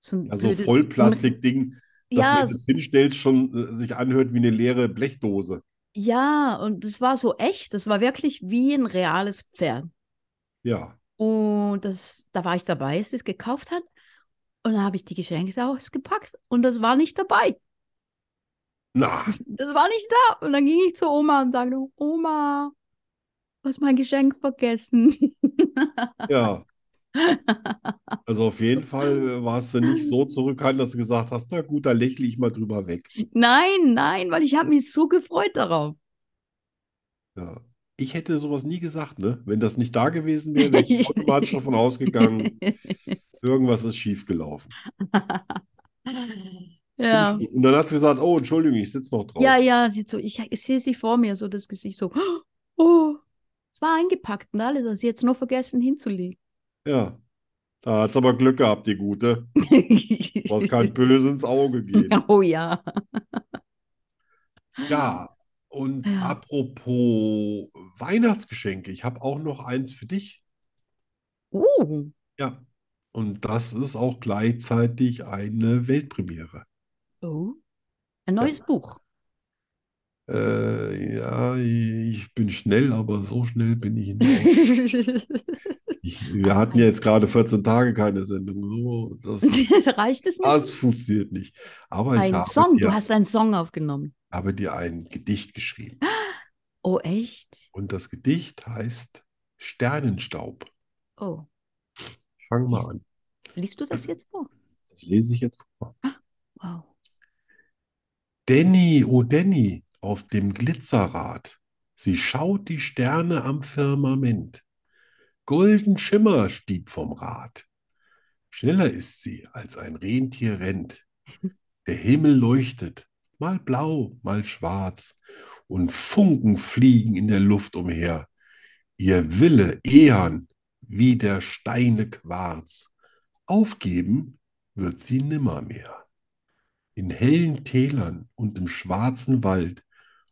So ein Ja, so blödes. Also Vollplastikding, das, Ja, wenn du es hinstellst, schon äh, sich anhört wie eine leere Blechdose. Ja, und es war so echt, das war wirklich wie ein reales Pferd. Ja, Und das, da war ich dabei, als sie es gekauft hat. Und dann habe ich die Geschenke ausgepackt und das war nicht dabei. na, Das war nicht da. Und dann ging ich zu Oma und sagte, Oma, du hast mein Geschenk vergessen. ja. Also auf jeden Fall warst du nicht so zurückhaltend, dass du gesagt hast, na gut, da lächle ich mal drüber weg. Nein, nein, weil ich habe mich so gefreut darauf. Ja. Ich hätte sowas nie gesagt, ne? Wenn das nicht da gewesen wäre, wäre ich automatisch davon ausgegangen, irgendwas ist schiefgelaufen. Ja. Und dann hat sie gesagt, oh, Entschuldigung, ich sitze noch drauf. Ja, ja, sieht so, ich, ich sehe sie vor mir, so das Gesicht so, oh, es war eingepackt und alles, das sie jetzt nur vergessen hinzulegen. Ja. Da hat es aber Glück gehabt, die Gute. Du hast kein Böse ins Auge gehen. Oh ja. Ja, und Ja. apropos Weihnachtsgeschenke, ich habe auch noch eins für dich. Uh, Ja. Und das ist auch gleichzeitig eine Weltpremiere. oh. Ein neues Buch. Äh, ja, ich bin schnell, aber so schnell bin ich nicht. Reicht Ich, wir hatten ja jetzt gerade 14 Tage keine Sendung. So, das, es nicht? das funktioniert nicht. Aber Also, ich Ein habe Song, du dir, hast einen Song aufgenommen. habe dir ein Gedicht geschrieben. Oh, echt? Und das Gedicht heißt Sternenstaub. Oh, Fang mal an. liest du das jetzt vor? Das lese ich jetzt vor. Wow. Danny, oh Danny, auf dem Glitzerrad. Sie schaut die Sterne am Firmament. Golden Schimmer stieb vom Rad. Schneller ist sie, als ein Rentier rennt. Der Himmel leuchtet, mal blau, mal schwarz, und Funken fliegen in der Luft umher. Ihr Wille ehern wie der Steine Quarz. Aufgeben wird sie nimmermehr in hellen Tälern und im schwarzen Wald,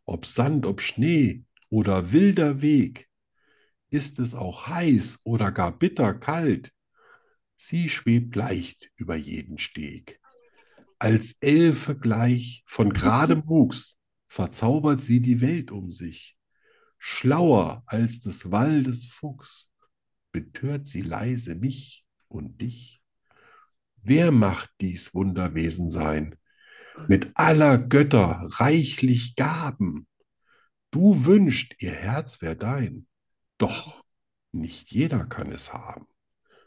ob Sand, ob Schnee oder wilder Weg, ist es auch heiß oder gar bitter kalt, sie schwebt leicht über jeden Steg. Als Elfe gleich von geradem Wuchs verzaubert sie die Welt um sich, schlauer als des Waldes Fuchs, betört sie leise mich und dich. Wer macht dies Wunderwesen sein? mit aller Götter reichlich Gaben. Du wünscht, ihr Herz wär dein, doch nicht jeder kann es haben.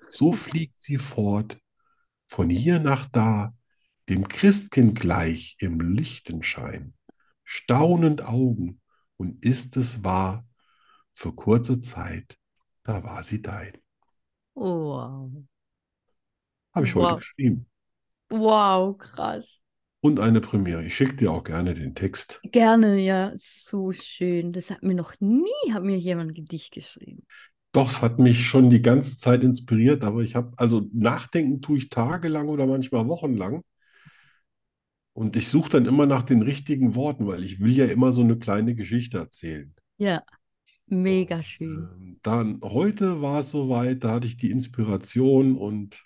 So fliegt sie fort, von hier nach da, dem Christkind gleich im Lichtenschein, staunend Augen, und ist es wahr, für kurze Zeit, da war sie dein. Oh, wow. Habe ich heute Wow. geschrieben. Wow, krass. Und eine Premiere. Ich schicke dir auch gerne den Text. Gerne, ja, so schön. Das hat mir noch nie, hat mir jemand ein Gedicht geschrieben. Doch, es hat mich schon die ganze Zeit inspiriert, aber ich habe, also nachdenken tue ich tagelang oder manchmal wochenlang. Und ich suche dann immer nach den richtigen Worten, weil ich will ja immer so eine kleine Geschichte erzählen. Ja, mega schön. Ähm, Dann heute war es soweit, da hatte ich die Inspiration und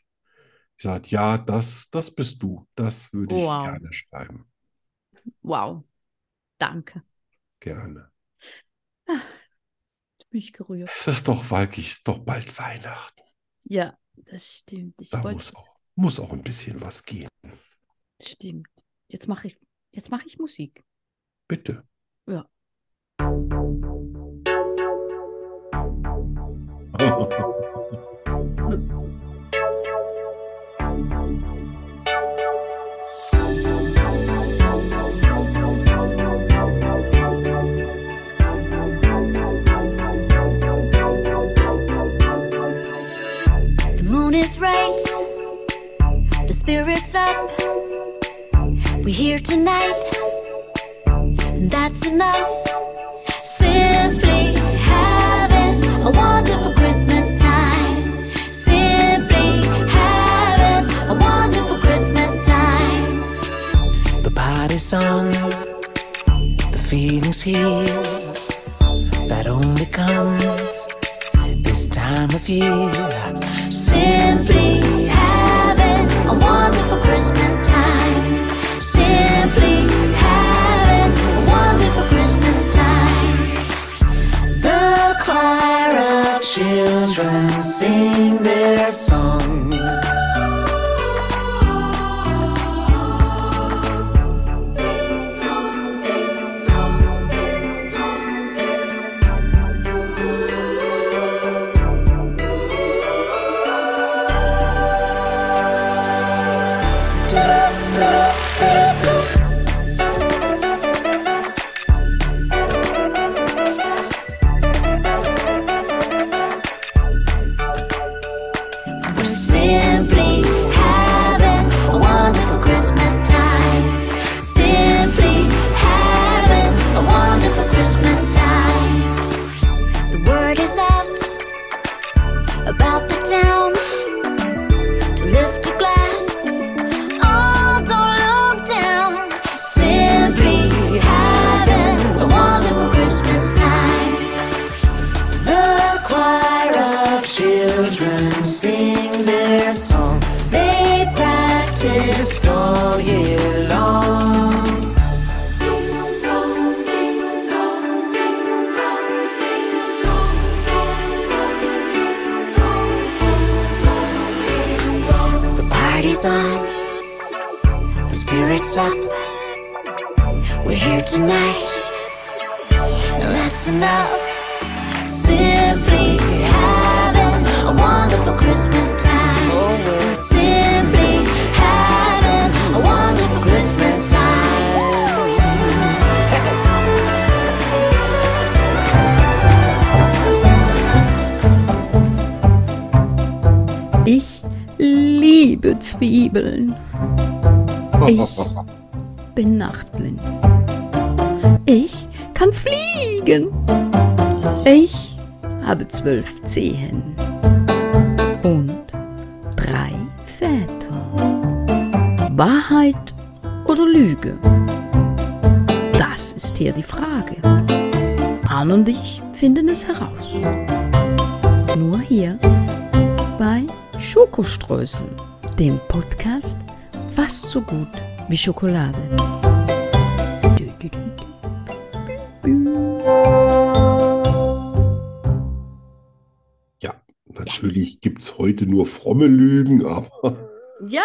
ich sagte, ja, das, das bist du, das würde ich Wow. gerne schreiben. Wow. Danke. Gerne. Jetzt bin ich gerührt. Es ist doch wirklich, es ist doch bald Weihnachten. Ja, das stimmt. Ich Da wollte muss auch, muss auch ein bisschen was gehen. Stimmt. Jetzt mache ich, jetzt mache ich Musik. Bitte. Ja. The moon is right, the spirit's up. We're here tonight, and that's enough. Simply having a wonderful Christmas time. Simply having a wonderful Christmas time. The party's on, the feeling's here. That only comes this time of year. Simply having a wonderful Christmas time. Simply having a wonderful Christmas time. The choir of Children sing their song. Simply having a wonderful Christmas time. Simply having a wonderful Christmas time. The word is out about the town to lift a glass. Oh, don't look down. Simply having a wonderful Christmas time. The choir of Children sing their song. they practice all year long. The party's on, the spirit's up. We're here tonight, and that's enough. Simply having a wonderful Christmas time. Simply having a wonderful Christmas time. Ich liebe Zwiebeln. Ich bin nachtblind. Ich kann fliegen. Ich habe zwölf Zehen und drei Väter. Wahrheit oder Lüge? Das ist hier die Frage. Arne und ich finden es heraus. Nur hier bei Schokoströßen, dem Podcast fast so gut wie Schokolade. Ja, natürlich gibt es heute nur fromme Lügen, aber Ja,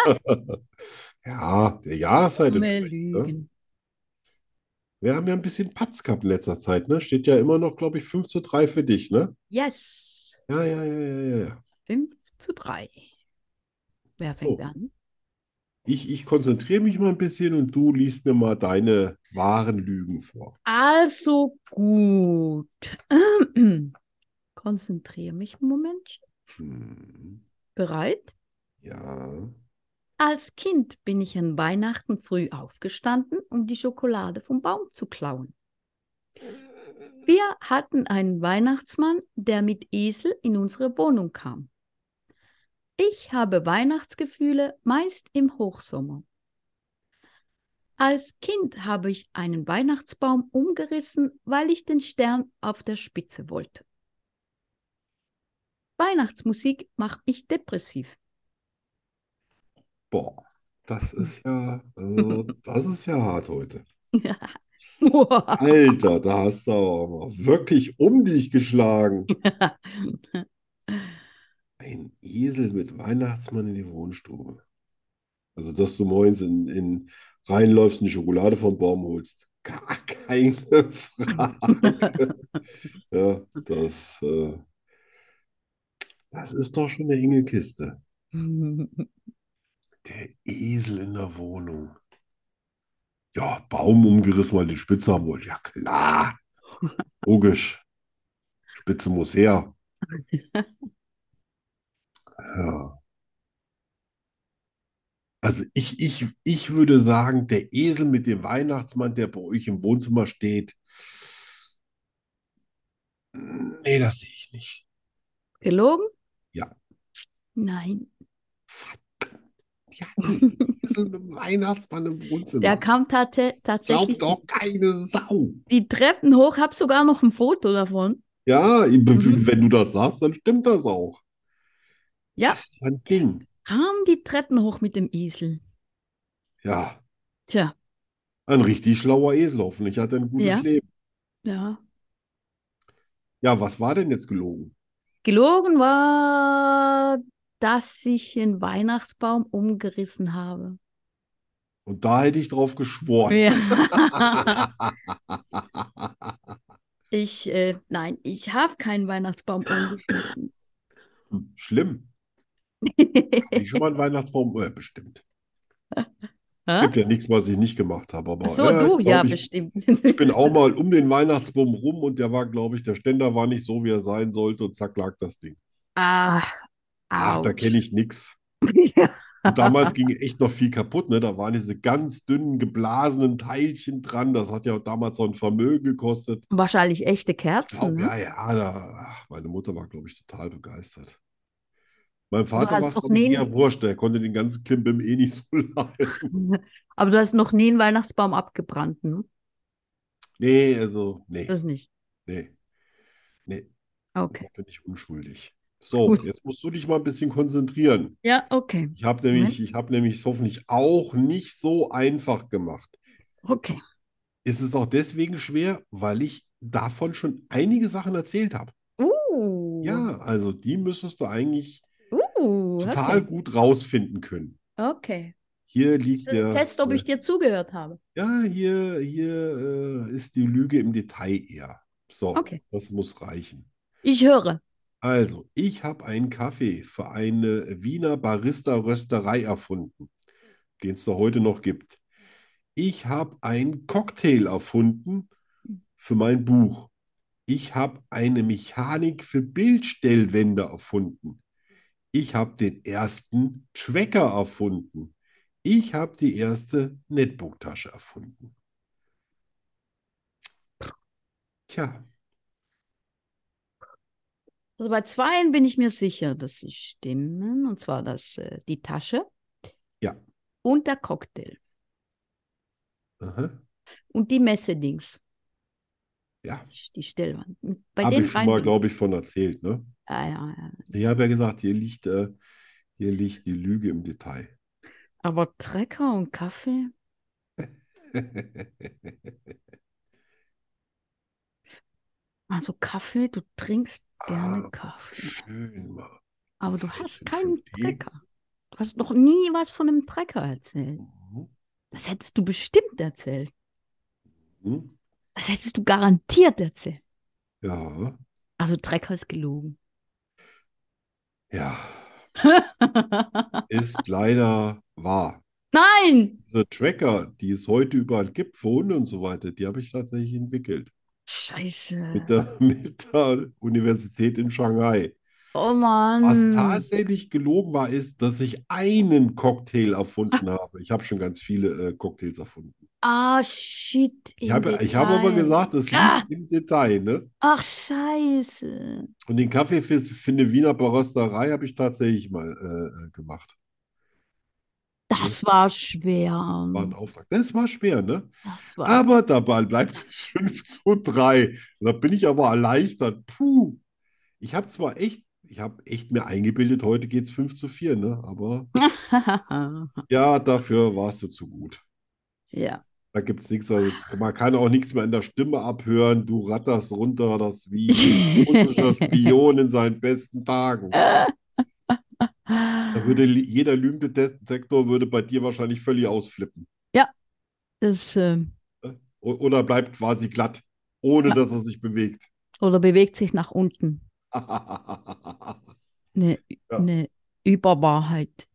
ja, der Jahreszeit mehr entsprechend. Ne? Lügen. Wir haben ja ein bisschen Patz gehabt in letzter Zeit, ne? Steht ja immer noch, glaube ich, 5 zu 3 für dich, ne? Yes. Ja, ja, ja, ja, ja, ja. 5 zu 3. Wer So. fängt an? Ich, ich konzentriere mich mal ein bisschen und du liest mir mal deine wahren Lügen vor. Also gut. Konzentriere mich einen Moment. Hm, Bereit? ja. Als Kind bin ich an Weihnachten früh aufgestanden, um die Schokolade vom Baum zu klauen. Wir hatten einen Weihnachtsmann, der mit Esel in unsere Wohnung kam. Ich habe Weihnachtsgefühle meist im Hochsommer. Als Kind habe ich einen Weihnachtsbaum umgerissen, weil ich den Stern auf der Spitze wollte. Weihnachtsmusik macht mich depressiv. Boah, das ist ja, also, das ist ja hart heute. Alter, da hast du aber mal wirklich um dich geschlagen. Ein Esel mit Weihnachtsmann in die Wohnstube. Also, dass du morgens in, in reinläufst und die Schokolade vom Baum holst. Gar keine Frage. Ja, das, äh, das ist doch schon eine enge Kiste. Der Esel in der Wohnung. Ja, Baum umgerissen, weil die Spitze haben wollte. Ja, klar. Logisch. Spitze muss her. Ja. Also ich, ich, ich würde sagen, der Esel mit dem Weihnachtsmann, der bei euch im Wohnzimmer steht, nee, das sehe ich nicht. Gelogen? Ja. Nein. Die hatten einen Esel mit dem Weihnachtsmann im Wohnzimmer. Der kam tate tatsächlich Glaubt doch keine Sau. die Treppen hoch, hab sogar noch ein Foto davon. Ja, i- b- Mhm. wenn du das sagst, dann stimmt das auch. Ja. Das ist ein Ding. Kam die Treppen hoch mit dem Esel. Ja, Tja, ein richtig schlauer Esel. Hoffentlich hat er ein gutes Ja. Leben. ja. Ja, was war denn jetzt gelogen? Gelogen war, dass ich den Weihnachtsbaum umgerissen habe. Und da hätte ich drauf geschworen. Ja. ich, äh, nein, ich habe keinen Weihnachtsbaum umgerissen. Schlimm. Hab ich schon mal einen Weihnachtsbaum? Äh, bestimmt. Hä? Gibt ja nichts, was ich nicht gemacht habe. Aber Ach so, äh, du, ich ja, glaub, ich, bestimmt. ich bin auch mal um den Weihnachtsbaum rum und der war, glaube ich, der Ständer war nicht so, wie er sein sollte und zack lag das Ding. Ah, Ach, da kenne ich nichts. ich. Und damals ging echt noch viel kaputt, ne? Da waren diese ganz dünnen, geblasenen Teilchen dran. Das hat ja damals so ein Vermögen gekostet. Wahrscheinlich echte Ich Kerzen, glaub, ne? ja, ja, da, ach, meine Mutter war, glaube ich, total begeistert. Mein Vater hast war es, doch glaub ich, nie- eher wurscht. Der konnte den ganzen Klimbim eh nicht so leiden. Aber du hast noch nie einen Weihnachtsbaum abgebrannt, ne? Nee, also, nee, Das nicht. nee. Nee, Okay. ich bin nicht unschuldig. So, Gut. jetzt musst du dich mal ein bisschen konzentrieren. Ja, okay. Ich habe nämlich, ich habe nämlich es hoffentlich auch nicht so einfach gemacht. Okay. ist es auch deswegen schwer, weil ich davon schon einige Sachen erzählt habe. Uh. Ja, also die müsstest du eigentlich Uh, total okay. gut rausfinden können. Okay. Hier Das liegt ist ein der, äh, Test, ob ich dir zugehört habe. ja, hier, hier äh, ist die Lüge im Detail eher. So, Okay. das muss reichen. Ich höre. Also, ich habe einen Kaffee für eine Wiener Barista-Rösterei erfunden, den es da heute noch gibt. Ich habe einen Cocktail erfunden für mein Buch. Ich habe eine Mechanik für Bildstellwände erfunden. Ich habe den ersten Tracker erfunden. Ich habe die erste Netbook-Tasche erfunden. Tja, Also bei zweien bin ich mir sicher, dass sie stimmen. Und zwar das, äh, die Tasche. Ja. Und der Cocktail. aha, Und die Messedings. ja, Die Stellwand. Bei habe den ich schon mal, bin- glaube ich, von erzählt, ne? Ah, ja, ja. Ich habe ja gesagt, hier liegt, äh, hier liegt die Lüge im Detail. Aber Trecker und Kaffee? Also Kaffee, du trinkst gerne Ah, Kaffee. Schön mal. Aber du Zeit hast für keinen Tee. Trecker. Du hast noch nie was von einem Trecker erzählt. Mhm. Das hättest du bestimmt erzählt. Mhm. Das hättest du garantiert erzählt. Ja, Also Trecker ist gelogen. ja, ist leider wahr. Nein! Diese Tracker, die es heute überall gibt für Hunde und so weiter, die habe ich tatsächlich entwickelt. Scheiße. Mit der, Mhm. mit der Universität in Shanghai. Oh Was Mann. tatsächlich gelogen war, ist, dass ich einen Cocktail erfunden habe. Ich habe schon ganz viele äh, Cocktails erfunden. Ah, shit. Ich im habe, ich habe aber Detail. gesagt, es liegt Ah. im Detail, ne? Ach, scheiße. Und den Kaffee für, für eine Wiener Barösterei habe ich tatsächlich mal äh, äh, gemacht. Das war schwer. War Mhm. ein Auftrag. Das war schwer, ne? Das war. Aber dabei bleibt es 5 zu 3. Und da bin ich aber erleichtert. Puh. Ich habe zwar echt, ich habe echt mir eingebildet, heute geht es 5 zu 4, ne? Aber ja, dafür warst du zu gut. ja. Da gibt es nichts. Also, man kann auch nichts mehr in der Stimme abhören. Du ratterst runter, das wie ein russischer Spion in seinen besten Tagen. Da würde li- jeder Lügendetektor würde bei dir wahrscheinlich völlig ausflippen. Das, äh, O oder bleibt quasi glatt, ohne Ja. dass er sich bewegt. oder bewegt sich nach unten. Eine, Ja. eine Überwahrheit.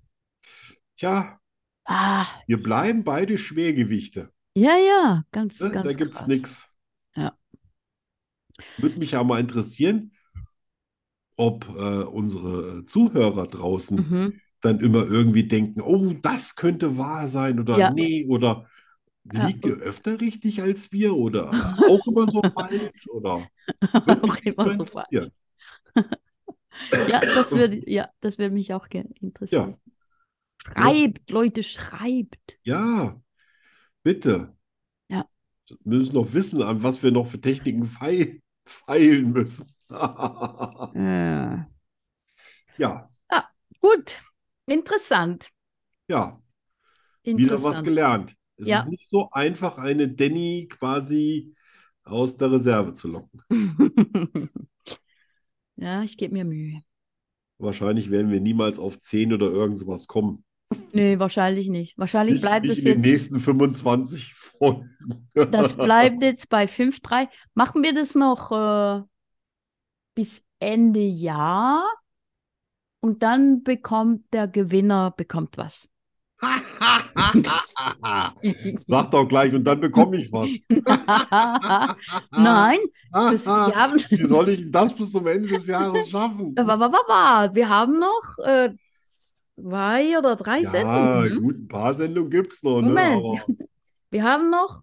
Tja, Ah, wir bleiben beide Schwergewichte. ja, ja, ganz, Ne? ganz Da gibt es krass. nichts. Ja. Würde mich ja mal interessieren, ob äh, unsere Zuhörer draußen Mhm. dann immer irgendwie denken, oh, das könnte wahr sein oder Ja. nee oder Ja. liegt ihr öfter richtig als wir oder auch immer so falsch oder würde Auch mich immer mal so interessieren. Ja, das würde, ja, das würde mich auch ge- interessieren. Schreibt, Leute, schreibt. Ja, bitte. Ja. Wir müssen noch wissen, an was wir noch für Techniken fei feilen müssen. Ja, Äh. Gut, interessant. ja, wieder was Interessant. gelernt. Es Ja. ist nicht so einfach, eine Danny quasi aus der Reserve zu locken. ja, ich gebe mir Mühe. Wahrscheinlich werden wir niemals auf 10 oder irgend sowas kommen. Nee, wahrscheinlich nicht. Wahrscheinlich Nicht- bleibt nicht es in den jetzt. nächsten 25 Folgen. Das bleibt jetzt bei 5-3. Machen wir das noch äh, bis Ende Jahr und dann bekommt der Gewinner bekommt was. Sag doch gleich und dann bekomme ich was. Nein, das, wir haben, Wie soll ich denn das bis zum Ende des Jahres schaffen? Wa- wa- wa- wa. wir haben noch äh, zwei oder drei Ja, Sendungen. ne? gut, ein paar Sendungen gibt es noch, ne? Moment. Aber, Wir haben noch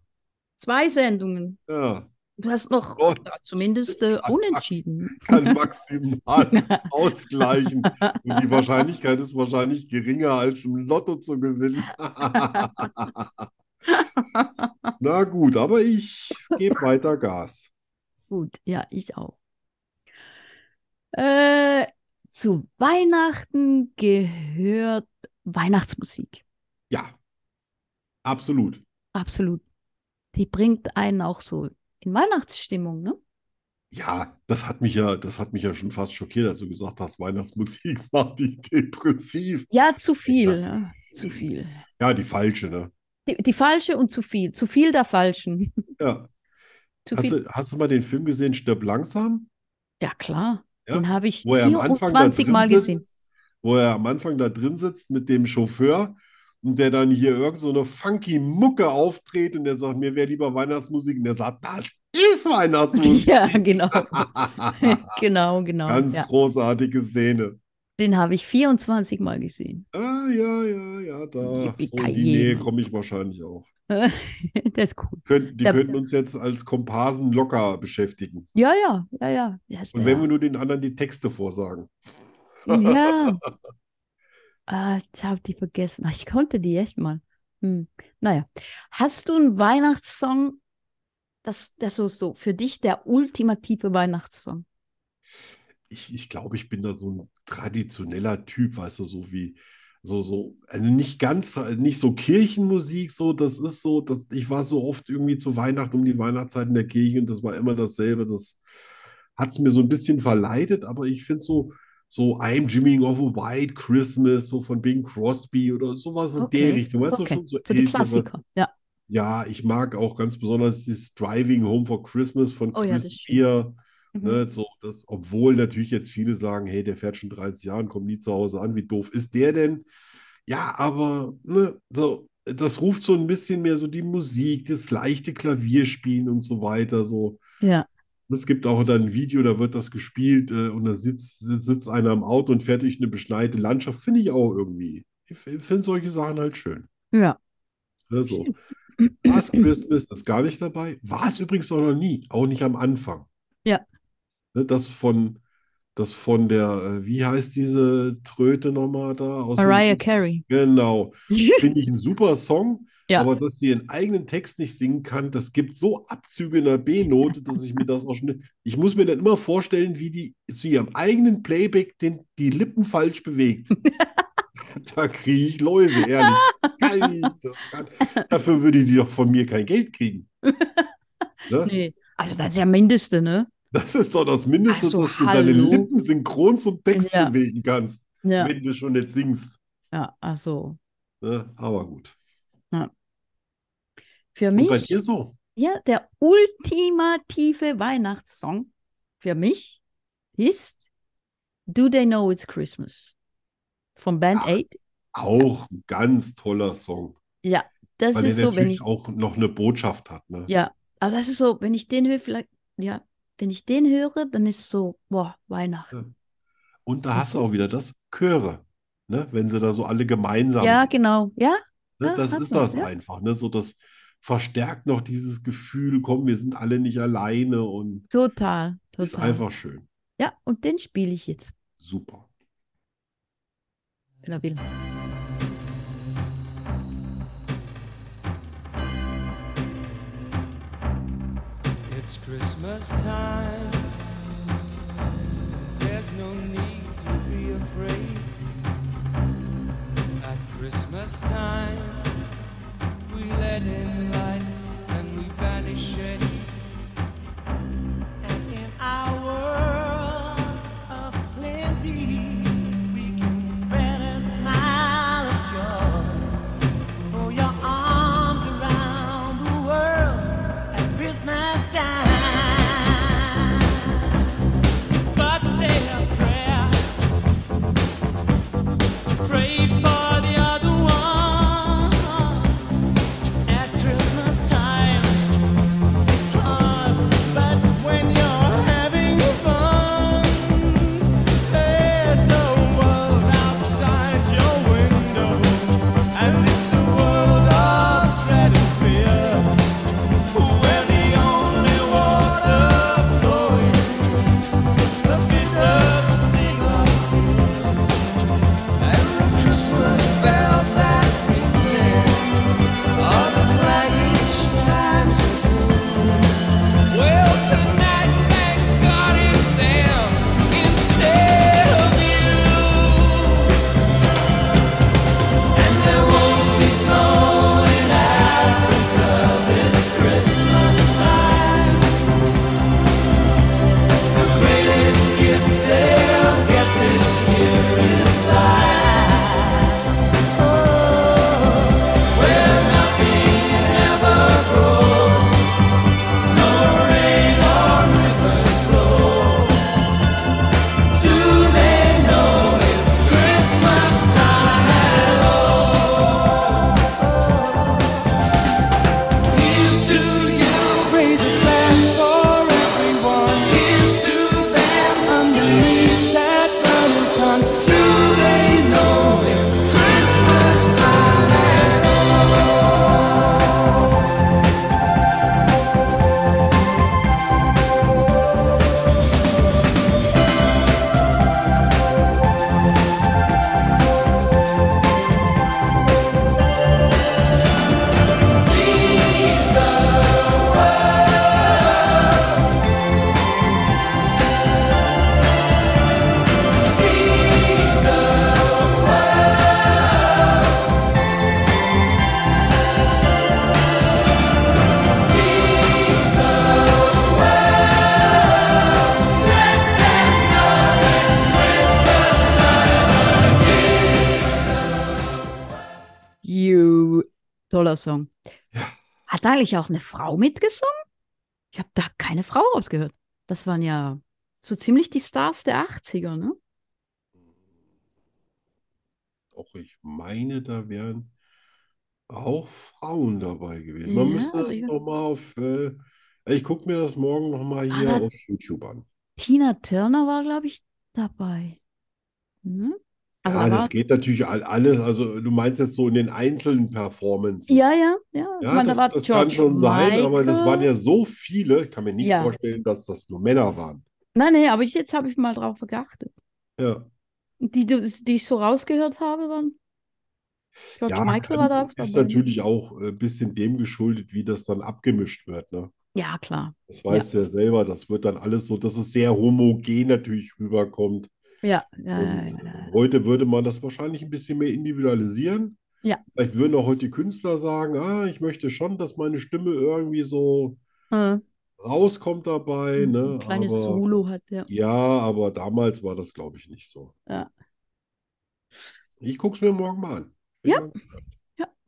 zwei Sendungen. ja, Du hast noch Gott. ja, zumindest äh, Ach, unentschieden. kann maximal ausgleichen. Und die Wahrscheinlichkeit ist wahrscheinlich geringer, als im Lotto zu gewinnen. Na gut, aber ich gebe weiter Gas. Gut, ja, ich auch. Äh, zu Weihnachten gehört Weihnachtsmusik. Ja, absolut. Absolut. Die bringt einen auch so in Weihnachtsstimmung, ne? Ja, das hat mich ja, das hat mich ja schon fast schockiert, als du gesagt hast, Weihnachtsmusik macht dich depressiv. Ja, zu viel. ne? Zu viel. Ja, die falsche, ne? Die, die falsche und zu viel. Zu viel der falschen. Ja. Zu Hast viel. du, hast du mal den Film gesehen, Stirb langsam? Ja, klar. Ja, Den habe ich Wo er am Anfang da 24 drin Mal sitzt, gesehen. wo er am Anfang da drin sitzt mit dem Chauffeur und der dann hier irgend so eine funky Mucke auftritt und der sagt, mir wäre lieber Weihnachtsmusik und der sagt, das ist Weihnachtsmusik. Ja, genau. Genau, genau. Ganz Ja, großartige Szene. den habe ich 24 Mal gesehen. Ah, ja, ja, ja, da. So in die Yippie-ki-yay. Nähe komme ich wahrscheinlich auch. Der ist cool. Könnt, die Da- könnten uns jetzt als Komparsen locker beschäftigen. Ja, ja, ja, ja. Ja, ist Und der- wenn wir nur den anderen die Texte vorsagen. Ja. Ah, jetzt habe ich die vergessen. Ah, ich konnte die echt mal. Hm. Naja. Hast du einen Weihnachtssong, das, das so, so für dich der ultimative Weihnachtssong? Ich, ich glaube, ich bin da so ein traditioneller Typ, weißt du, so wie, so, so, also nicht ganz, nicht so Kirchenmusik, so, das ist so, das, ich war so oft irgendwie zu Weihnachten um die Weihnachtszeit in der Kirche und das war immer dasselbe. Das hat es mir so ein bisschen verleidet, aber ich finde so, so I'm Jimmying of a White Christmas, so von Bing Crosby oder sowas in Okay, der Richtung, weißt du, okay. schon so ne? So die ältere. Klassiker. Ja. Ja, ich mag auch ganz besonders dieses Driving Home for Christmas von Oh ja, das Chris ist schön. Spear. Mhm. Ne, so das, obwohl natürlich jetzt viele sagen, hey, der fährt schon 30 Jahre und kommt nie zu Hause an, wie doof ist der denn? Ja, aber ne, so, das ruft so ein bisschen mehr so die Musik, das leichte Klavierspielen und so weiter. So. Ja. Es gibt auch dann ein Video, da wird das gespielt äh, und da sitzt, sitzt einer im Auto und fährt durch eine beschneite Landschaft. Finde ich auch irgendwie. Ich finde solche Sachen halt schön. Ja. Ne, so. Last Christmas ist gar nicht dabei. War es übrigens auch noch nie, auch nicht am Anfang. Ja. Ne, das von, das von der, äh, wie heißt diese Tröte nochmal da? Aus dem- Mariah Carey. Genau. Finde ich ein super Song, Ja. aber dass sie ihren eigenen Text nicht singen kann, das gibt so Abzüge in der B-Note, dass ich mir das auch schon. Ich muss mir dann immer vorstellen, wie die zu ihrem eigenen Playback den, die Lippen falsch bewegt. Da kriege ich Läuse, ehrlich. Das kann, ich- das kann, dafür würde die doch von mir kein Geld kriegen. Ne? Nee. Also das ist ja Mindeste, ne? Das ist doch das Mindeste, Also, dass du deine hallo. Lippen synchron zum Text Ja. bewegen kannst. Ja, wenn du schon nicht singst. ja, also Ne? Aber gut. für Und bei mich dir so? Ja, der ultimative Weihnachtssong für mich ist Do They Know It's Christmas von Band Ach. Aid. Auch ein ganz toller Song. Ja, das Weil ist der so, wenn natürlich ich, auch noch eine Botschaft hat. Ne? ja, aber das ist so, wenn ich den höre, vielleicht, ja, wenn ich den höre, dann ist so, boah, Weihnachten. Und da Mhm. hast du auch wieder das Chöre. Ne? Wenn sie da so alle gemeinsam Ja, singen. genau, ja, Ne? Ja, Das hat ist was, das ja. einfach. Ne? So, das verstärkt noch dieses Gefühl, komm, wir sind alle nicht alleine und total, ist total. einfach schön. Ja, und den spiele ich jetzt, Super. wenn er will. It's Christmas time. There's no need to be afraid. At Christmas time, we let in light and we banish shade. And in our world of plenty, we can spread a smile of joy. Throw your arms around the world at Christmas time. But say a prayer. Pray for the other ones at Christmas time. It's hard, but when you're having fun, there's a world outside your window, and it's a world of dread and fear. Where the only water flows, the bitter sting of tears, and the Christmas bells that ring there are the clanging chimes of doom. Well, tonight, thank God it's them instead of you, and there won't be snow in Africa this Christmas time. The greatest gift they'll get this year is life. Oh, where nothing ever grows, nor rain or rivers flow. Do they know it's Christmas time at all? Here's to you, raising glass for everyone. Here's to them underneath that burning sun. Do they know it's Christmas time at all? You, toller Song. Hat eigentlich auch eine Frau mitgesungen? Ich habe da keine Frau rausgehört. Das waren ja so ziemlich die Stars der 80er, ne? Auch ich meine, da wären auch Frauen dabei gewesen. Man Ja, müsste also das ich- nochmal auf. Äh, ich gucke mir das morgen nochmal Ah, hier na- auf YouTube an. Tina Turner war, glaube ich, dabei. Hm? Also Ja, da das war, geht natürlich all- alles. Also, du meinst jetzt so in den einzelnen Performances. ja, ja, ja. Ich Ja, meine, da das, war das George kann schon sein, aber das waren Michael. ja so viele. Ich kann mir nicht Ja. vorstellen, dass das nur Männer waren. Nein, nein, aber ich, jetzt habe ich mal drauf geachtet. Ja, Die, du- die ich so rausgehört habe, waren. George ja, Michael kann, war da auch ist dabei. ne? natürlich auch äh, ein bisschen dem geschuldet, wie das dann abgemischt wird. Ne? Ja, klar. Das weißt du ja selber. Das wird dann alles so, dass es sehr homogen natürlich rüberkommt. Ja, ja, ja, Und ja, ja. heute würde man das wahrscheinlich ein bisschen mehr individualisieren. Ja. Vielleicht würden auch heute die Künstler sagen, ah, ich möchte schon, dass meine Stimme irgendwie so Äh, rauskommt Hm, dabei, ein ne? kleines Aber Solo hat der. ja, aber damals war das, glaube ich, nicht so. Ich gucke es mir morgen mal an. Ja.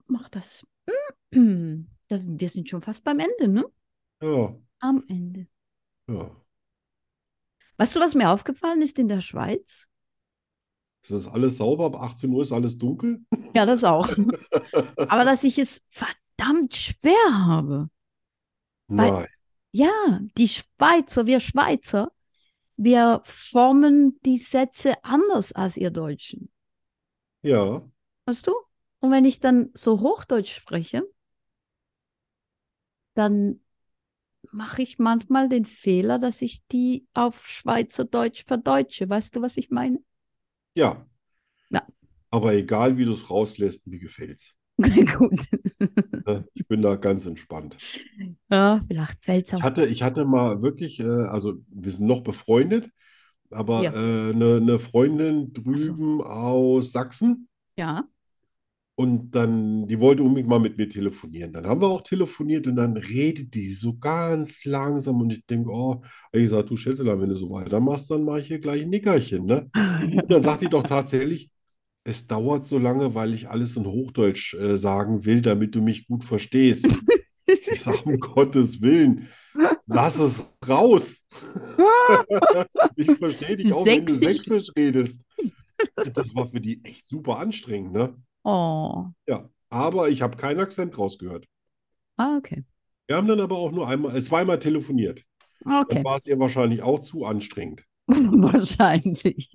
Mach das. Da- Wir sind schon fast beim Ende, ne? Ja, Am Ende. ja. Weißt du, was mir aufgefallen ist in der Schweiz? Es ist alles sauber, ab 18 Uhr ist alles dunkel. Ja, das auch. Aber dass ich es verdammt schwer habe. Weil- Nein. Ja, die Schweizer, wir Schweizer, wir formen die Sätze anders als ihr Deutschen. Ja. Weißt du? Und wenn ich dann so Hochdeutsch spreche, dann mache ich manchmal den Fehler, dass ich die auf Schweizerdeutsch verdeutsche. Weißt du, was ich meine? Ja. Ja. Aber egal, wie du es rauslässt, mir gefällt's. Gut. Ne? Ich bin da ganz entspannt. Ja, vielleicht fällt es Ich auch. hatte, ich hatte mal wirklich, äh, also wir sind noch befreundet, aber Ja. äh, eine, eine Freundin drüben aus Sachsen Ja, und dann, die wollte unbedingt mal mit mir telefonieren. Dann haben wir auch telefoniert und dann redet die so ganz langsam und ich denke, oh, hab ich gesagt, du Schätzelein, wenn du so weitermachst, dann mache ich hier gleich ein Nickerchen, ne? Und dann sagt die doch tatsächlich, es dauert so lange, weil ich alles in Hochdeutsch äh, sagen will, damit du mich gut verstehst. Ich sage, um Gottes Willen, lass es raus. Ich verstehe dich auch, wenn du Sächsisch. Sächsisch redest. Das war für die echt super anstrengend, ne? Oh, Ja, aber ich habe keinen Akzent rausgehört. ah, okay. Wir haben dann aber auch nur einmal, äh, zweimal telefoniert. Dann Okay, war es ihr wahrscheinlich auch zu anstrengend. wahrscheinlich.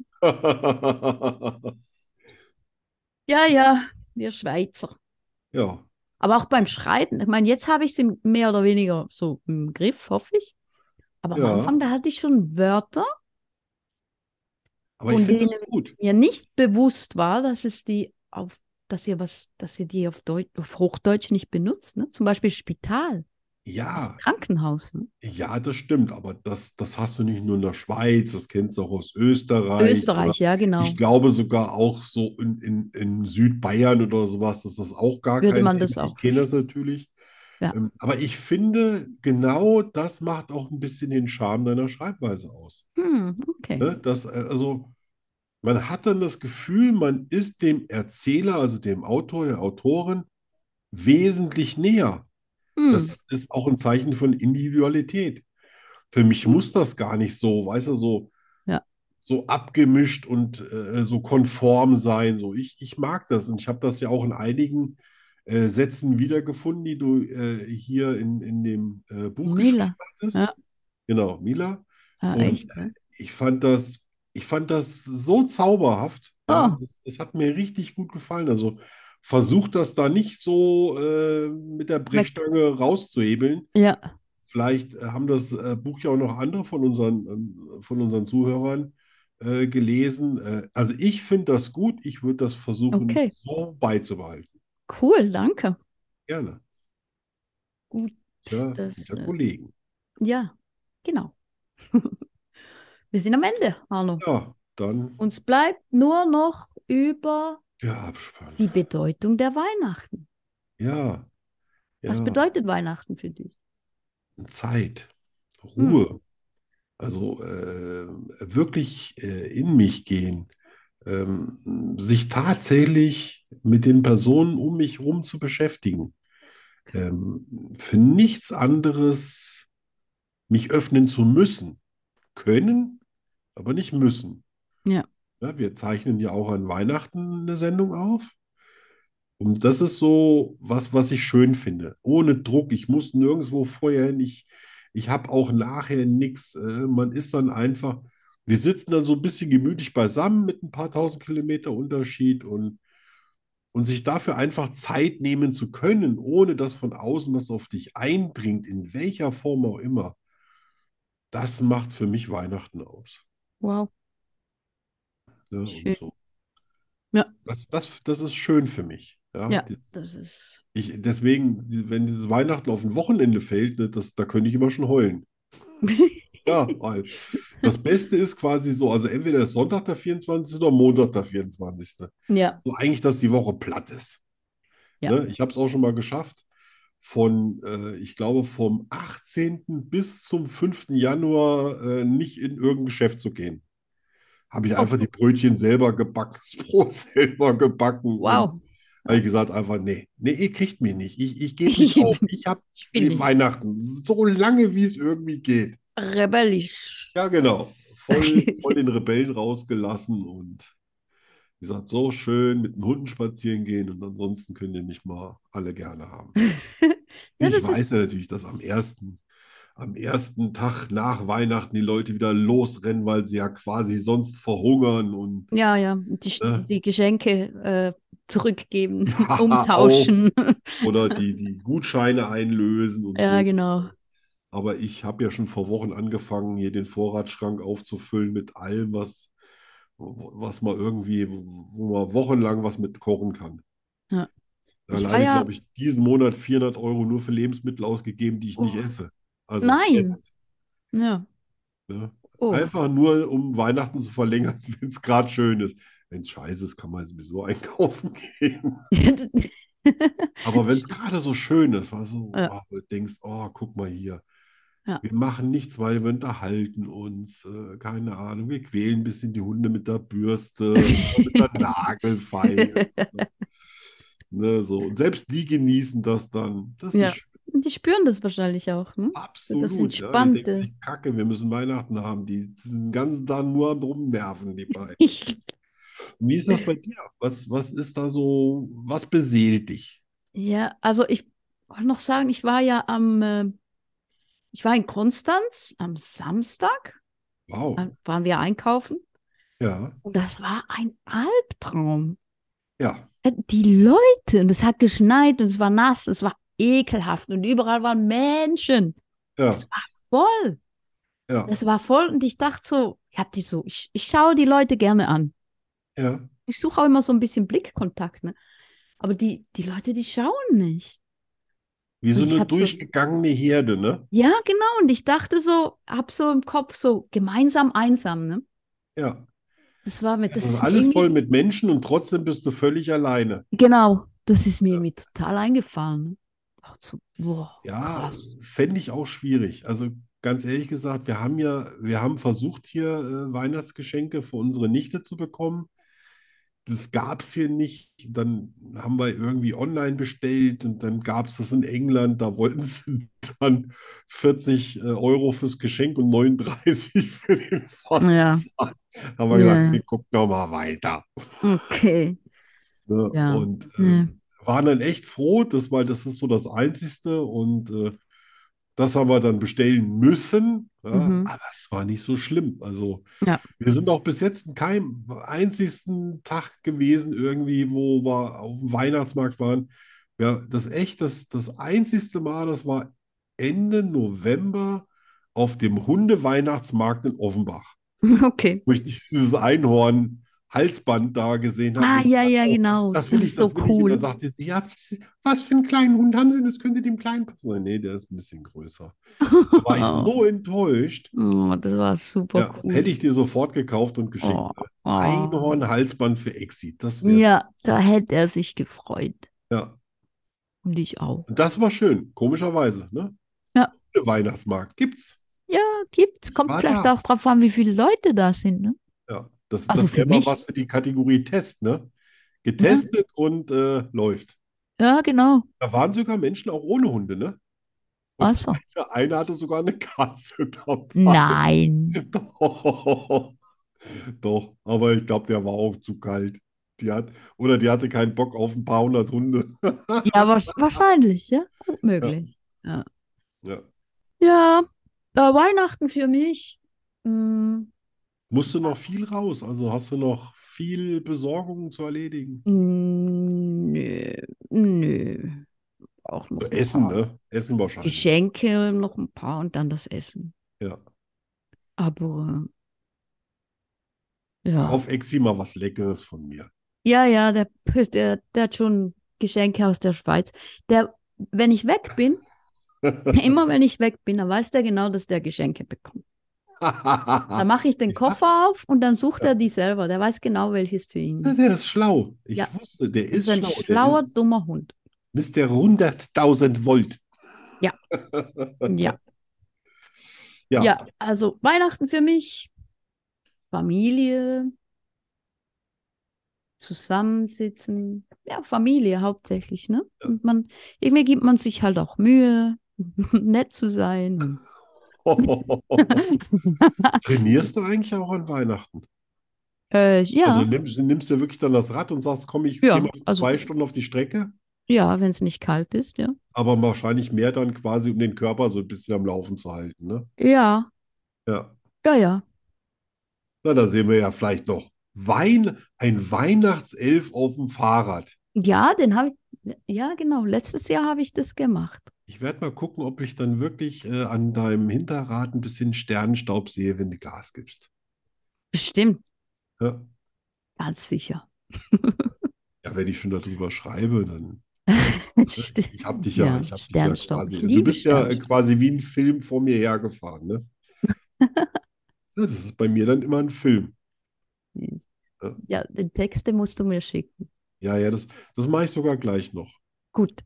Ja, Ja, ja, wir Schweizer. Aber auch beim Schreiben. Ich meine, jetzt habe ich sie mehr oder weniger so im Griff, hoffe ich. Aber am Ja. Anfang, da hatte ich schon Wörter, aber ich Und finde es denen- gut. mir nicht bewusst war, dass es die auf, dass ihr was, dass ihr die auf Deutsch, auf Hochdeutsch nicht benutzt. Ne? Zum Beispiel Spital, das Ja, Krankenhaus. Ne? ja, das stimmt, aber das, das hast du nicht nur in der Schweiz, das kennst du auch aus Österreich. oder- Österreich, ja, genau. Ich glaube sogar auch so in, in, in Südbayern oder sowas, das ist auch gar Würde kein man Thema. das auch Ich kenne das natürlich. Ja. Ähm, Aber ich finde, genau das macht auch ein bisschen den Charme deiner Schreibweise aus. Hm, okay. Ne? Das, äh, also, man hat dann das Gefühl, man ist dem Erzähler, also dem Autor, der Autorin, wesentlich näher. Hm. Das ist auch ein Zeichen von Individualität. Für mich muss das gar nicht so, weißt du, so, Ja. so abgemischt und äh, so konform sein. So, ich, ich mag das und ich habe das ja auch in einigen äh, Sätzen wiedergefunden, die du äh, hier in, in dem äh, Buch Mila. geschrieben hattest. Ja. Genau, Mila. Ah, Ähm, echt, ne? Ich fand das, ich fand das so zauberhaft. Ja, Oh. das, das hat mir richtig gut gefallen. Also versucht das da nicht so äh, mit der Brechstange rauszuhebeln. Ja, Vielleicht äh, haben das äh, Buch ja auch noch andere von unseren, ähm, von unseren Zuhörern äh, gelesen. Äh, also ich finde das gut. Ich würde das versuchen, Okay. so beizubehalten. cool, danke. Gerne. Gut, Tja, das, wieder äh, Kollegen. Ja, genau. Wir sind am Ende, Arno. Ja, dann Uns bleibt nur noch über der Abspann. die Bedeutung der Weihnachten. Ja. Was Ja. bedeutet Weihnachten für dich? Zeit, Ruhe, also äh, wirklich äh, in mich gehen, ähm, sich tatsächlich mit den Personen um mich herum zu beschäftigen. Ähm, für nichts anderes mich öffnen zu müssen. Können, aber nicht müssen. Ja. Ja, wir zeichnen ja auch an Weihnachten eine Sendung auf. Und das ist so was, was ich schön finde. Ohne Druck. Ich muss nirgendwo vorher hin. Ich, ich habe auch nachher nichts. Äh, man ist dann einfach. Wir sitzen dann so ein bisschen gemütlich beisammen mit ein paar tausend Kilometer Unterschied und, und sich dafür einfach Zeit nehmen zu können, ohne dass von außen was auf dich eindringt, in welcher Form auch immer. Das macht für mich Weihnachten aus. Wow. Ne? Und Schön. so. Ja. Das, das, das ist schön für mich. Ja, Ja, das, das ist. Ich, deswegen, wenn dieses Weihnachten auf ein Wochenende fällt, ne, das, da könnte ich immer schon heulen. Ja, weil das Beste ist quasi so, also entweder ist Sonntag der 24. oder Montag der 24. Ja, So Also eigentlich, dass die Woche platt ist. Ja. Ne? Ich habe es auch schon mal geschafft, von, äh, ich glaube, vom 18. bis zum 5. Januar äh, nicht in irgendein Geschäft zu gehen. habe ich einfach die Brötchen selber gebacken, das Brot selber gebacken. Wow. Und habe ich gesagt, einfach, nee, nee, ihr kriegt mich nicht. Ich, ich gebe nicht auf. Ich habe Ich bin nicht Weihnachten. So lange, wie es irgendwie geht. rebellisch. Ja, genau. Voll, voll den Rebellen rausgelassen und wie gesagt, so schön mit den Hunden spazieren gehen und ansonsten könnt ihr mich mal alle gerne haben. Ja, Ich das ist- weiß natürlich, dass am ersten, am ersten Tag nach Weihnachten die Leute wieder losrennen, weil sie ja quasi sonst verhungern und Ja, ja, die, Sch- Ja. die Geschenke äh, zurückgeben, Ja, umtauschen. oder die, die Gutscheine einlösen und Ja, so. genau. Aber ich habe ja schon vor Wochen angefangen, hier den Vorratsschrank aufzufüllen mit allem, was, was man irgendwie, wo man wochenlang was mit kochen kann. Ja. Da Ich war alleine, ja- glaube ich, diesen Monat 400 Euro nur für Lebensmittel ausgegeben, die ich nicht Oh. esse. Also Nein. jetzt, Ja. ne? Oh. Einfach nur, um Weihnachten zu verlängern, wenn es gerade schön ist. Wenn es scheiße ist, kann man sowieso einkaufen gehen. Aber wenn es gerade so schön ist, weißt du, Ja. wow, du denkst, oh, guck mal hier, Ja. wir machen nichts, weil wir unterhalten uns, äh, keine Ahnung, wir quälen ein bisschen die Hunde mit der Bürste, oder mit der Nagelfeile. Ne, so. Und selbst die genießen das dann. Das Ja. ist schön. Die spüren das wahrscheinlich auch, ne? absolut. Ja. Die Entspannte. denken sich, Kacke, wir müssen Weihnachten haben. Die sind den ganzen Tag nur am Rumnerven, die beiden. Ich Wie ist das bei dir? Was, was ist da so, was beseelt dich? Ja, also ich wollte noch sagen, ich war ja am, äh, ich war in Konstanz am Samstag, Wow, da waren wir einkaufen ja, und das war ein Albtraum. ja. Äh, Die Leute, und es hat geschneit und es war nass, es war ekelhaft und überall waren Menschen. Ja, Es war voll, ja, es war voll und ich dachte so, ich hab die so, ich, ich schaue die Leute gerne an. ja, Ich suche auch immer so ein bisschen Blickkontakt, ne? Aber die, die Leute, die schauen nicht. wie so Und ich eine hab so- durchgegangene Herde, ne? Ja, genau. Und ich dachte so, hab so im Kopf so gemeinsam einsam, ne? Ja, Das war mir, es das ist ist mir Also alles irgendwie, voll mit Menschen und trotzdem bist du völlig alleine. genau, das ist mir irgendwie total eingefallen. Ne? Auch so, boah, Ja, krass. fände ich auch schwierig. Also ganz ehrlich gesagt, wir haben ja, wir haben versucht, hier äh, Weihnachtsgeschenke für unsere Nichte zu bekommen. Das gab es hier nicht. Dann haben wir irgendwie online bestellt und dann gab es das in England. Da wollten sie dann 40 äh, Euro fürs Geschenk und 39 für den Versand. Haben wir Ja, gesagt, ja. wir gucken noch mal weiter. Okay. Ne? Ja. Hm. Und äh, Ja. waren dann echt froh, dass, weil das ist so das Einzigste und äh, das haben wir dann bestellen müssen. Ja? Mhm. Aber es war nicht so schlimm. Also Ja. wir sind auch bis jetzt in keinem einzigsten Tag gewesen, irgendwie, wo wir auf dem Weihnachtsmarkt waren. Ja, das echt, das, das einzigste Mal, das war Ende November auf dem Hundeweihnachtsmarkt in Offenbach, Okay. wo ich dieses Einhorn-Halsband da gesehen habe. Ah, Und ja, ja, dachte, oh, genau. das will das ich, ist so das will ich. Und cool. dann sagte sie, ja, was für einen kleinen Hund haben Sie? Das könnte dem kleinen passen. Sag, Nee, der ist ein bisschen größer. Da war ich so enttäuscht. Oh, das war super Ja, Oh. cool. hätte ich dir sofort gekauft und geschenkt. Oh, oh. Einhorn-Halsband für Exit. Das wär's. Ja, da hätte er sich gefreut. Ja. Und ich auch. Und das war schön, komischerweise. Ne? Ja. Der Weihnachtsmarkt gibt's. Ja, gibt's. Kommt war vielleicht da. auch drauf an, wie viele Leute da sind, ne? Ja. Das, Also das für wäre mal mich. was für die Kategorie Test, ne? Getestet und äh, läuft. Ja, genau. Da waren sogar Menschen auch ohne Hunde, ne? Also. Der eine hatte sogar eine Katze dabei. Nein. Doch, doch, aber ich glaube, der war auch zu kalt. Die hat, oder die hatte keinen Bock auf ein paar hundert Hunde. Ja, wahrsch- wahrscheinlich, ja. Gut möglich. Ja. Ja, äh, Weihnachten für mich. Mm, Musst du noch viel raus, also hast du noch viel Besorgungen zu erledigen. mm, nö, nö. Auch noch So ein Essen, paar ne? Essen wahrscheinlich. Geschenke, noch ein paar und dann das Essen. Ja. Aber äh, ja. Auf Exi mal was Leckeres von mir. Ja, ja, der, der, der hat schon Geschenke aus der Schweiz. Der, wenn ich weg bin, immer wenn ich weg bin, dann weiß der genau, dass der Geschenke bekommt. Dann mache ich den Ah, ich sag- Koffer auf und dann sucht Ja. er die selber. Der weiß genau, welches für ihn ist. Der ist schlau. Ich Ja. wusste, der Das ist ist ein schlau. Der schlauer, ist dummer Hund. Mr. 100.000 Volt. Ja. Ja. Ja. Ja, also Weihnachten für mich. Familie, zusammensitzen, ja, Familie hauptsächlich, ne? Und man, irgendwie gibt man sich halt auch Mühe, nett zu sein. Trainierst du eigentlich auch an Weihnachten? Äh, ja, Also nimmst, nimmst du wirklich dann das Rad und sagst, komm, ich Ja, gehe mal für also- zwei Stunden auf die Strecke, ja, wenn es nicht kalt ist, ja. aber wahrscheinlich mehr dann quasi, um den Körper so ein bisschen am Laufen zu halten, ne? Ja, Ja. ja, ja. Na, da sehen wir ja vielleicht noch Wein, ein Weihnachtself auf dem Fahrrad. Ja, den habe ich, ja, genau, letztes Jahr habe ich das gemacht. Ich werde mal gucken, ob ich dann wirklich äh, an deinem Hinterrad ein bisschen Sternenstaub sehe, wenn du Gas gibst. Bestimmt, Ja, ganz sicher. ja wenn ich schon darüber schreibe, dann. Stimmt. Ich habe dich ja, ich hab dich ja Sternenstaub. quasi. Ich Du liebe bist ja äh, Sternenstaub. quasi wie ein Film vor mir hergefahren, ne? Ja, das ist bei mir dann immer ein Film. Ja, den Texte musst du mir schicken. Ja, ja, das, das mache ich sogar gleich noch. Gut.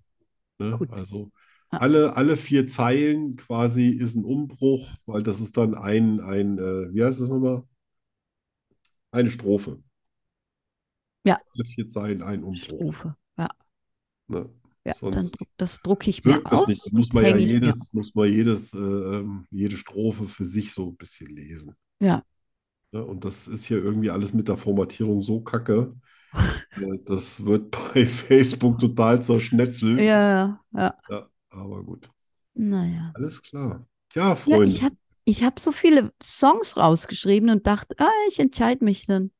Ne? Gut. Also Ah. alle, alle vier Zeilen quasi ist ein Umbruch, weil das ist dann ein, ein äh, wie heißt das nochmal? Eine Strophe. Ja. Alle vier Zeilen ein Umbruch. Strophe. Ja, Ne? ja dann Sonst druck, das drucke ich mir wirkt das aus. nicht. Da muss und man ja hänge ich mir jedes, muss man jedes, äh, ähm, jede Strophe für sich so ein bisschen lesen. Ja. Ne? Und das ist hier irgendwie alles mit der Formatierung so kacke. Äh, Das wird bei Facebook total zerschnetzelt. Ja, ja, ja. Ja, aber gut. Naja. Alles klar. Ja, Ja, Freunde. ich habe ich hab so viele Songs rausgeschrieben und dachte, ah, ich entscheide mich dann.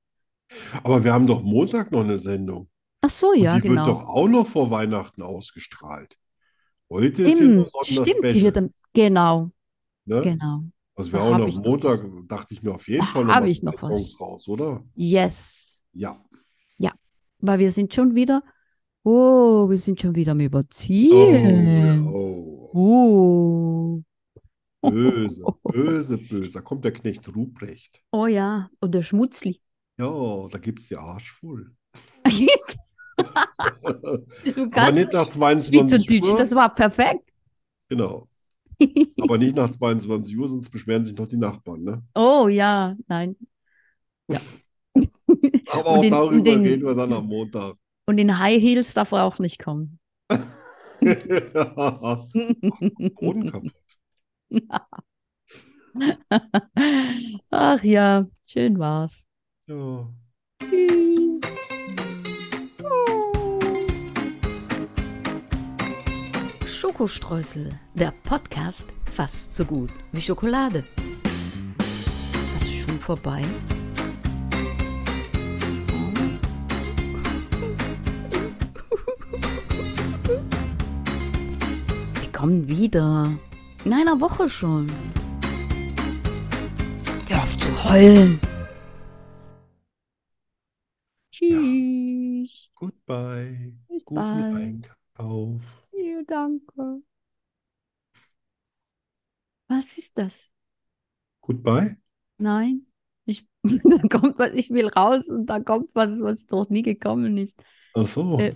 Aber wir haben doch Montag noch eine Sendung. Ach so, Und ja, die wird doch genau. auch noch vor Weihnachten ausgestrahlt. Heute ist ja nur Stimmt, stimmt, die Sonderspecial, wird dann. Genau, ne? genau. Also wir Da auch hab noch ich noch Montag, dachte ich mir auf jeden Da Fall noch hab mal ich noch zwei was. Songs raus, oder? Yes. Ja. Weil wir sind schon wieder. Oh, wir sind schon wieder am Oh, Überziehen. oh. Oh. Böse, böse, böse. Da kommt der Knecht Ruprecht. Oh ja, und der Schmutzli. Ja, da gibt's die Arsch voll. du Aber kannst nicht nach Schweizerdeutsch, 22 Uhr. das war perfekt. Genau. Aber nicht nach 22 Uhr, sonst beschweren sich noch die Nachbarn, ne? oh ja, nein. Ja. Aber Und den- auch darüber und den- reden wir dann am Montag. Und in High Heels darf er auch nicht kommen. Boden kaputt. Ach ja, schön war's. Ja. Tschüss. Schokostreusel, der Podcast fast so gut wie Schokolade. Was ist schon vorbei? Wir kommen wieder. In einer Woche schon. Hör auf zu heulen. Tschüss. Goodbye. Bis Guten bald. Einkauf. Ja, danke. Was ist das? Goodbye? Nein. Ich, da kommt was, ich will raus und da kommt was, was noch nie gekommen ist. Ach so. Äh,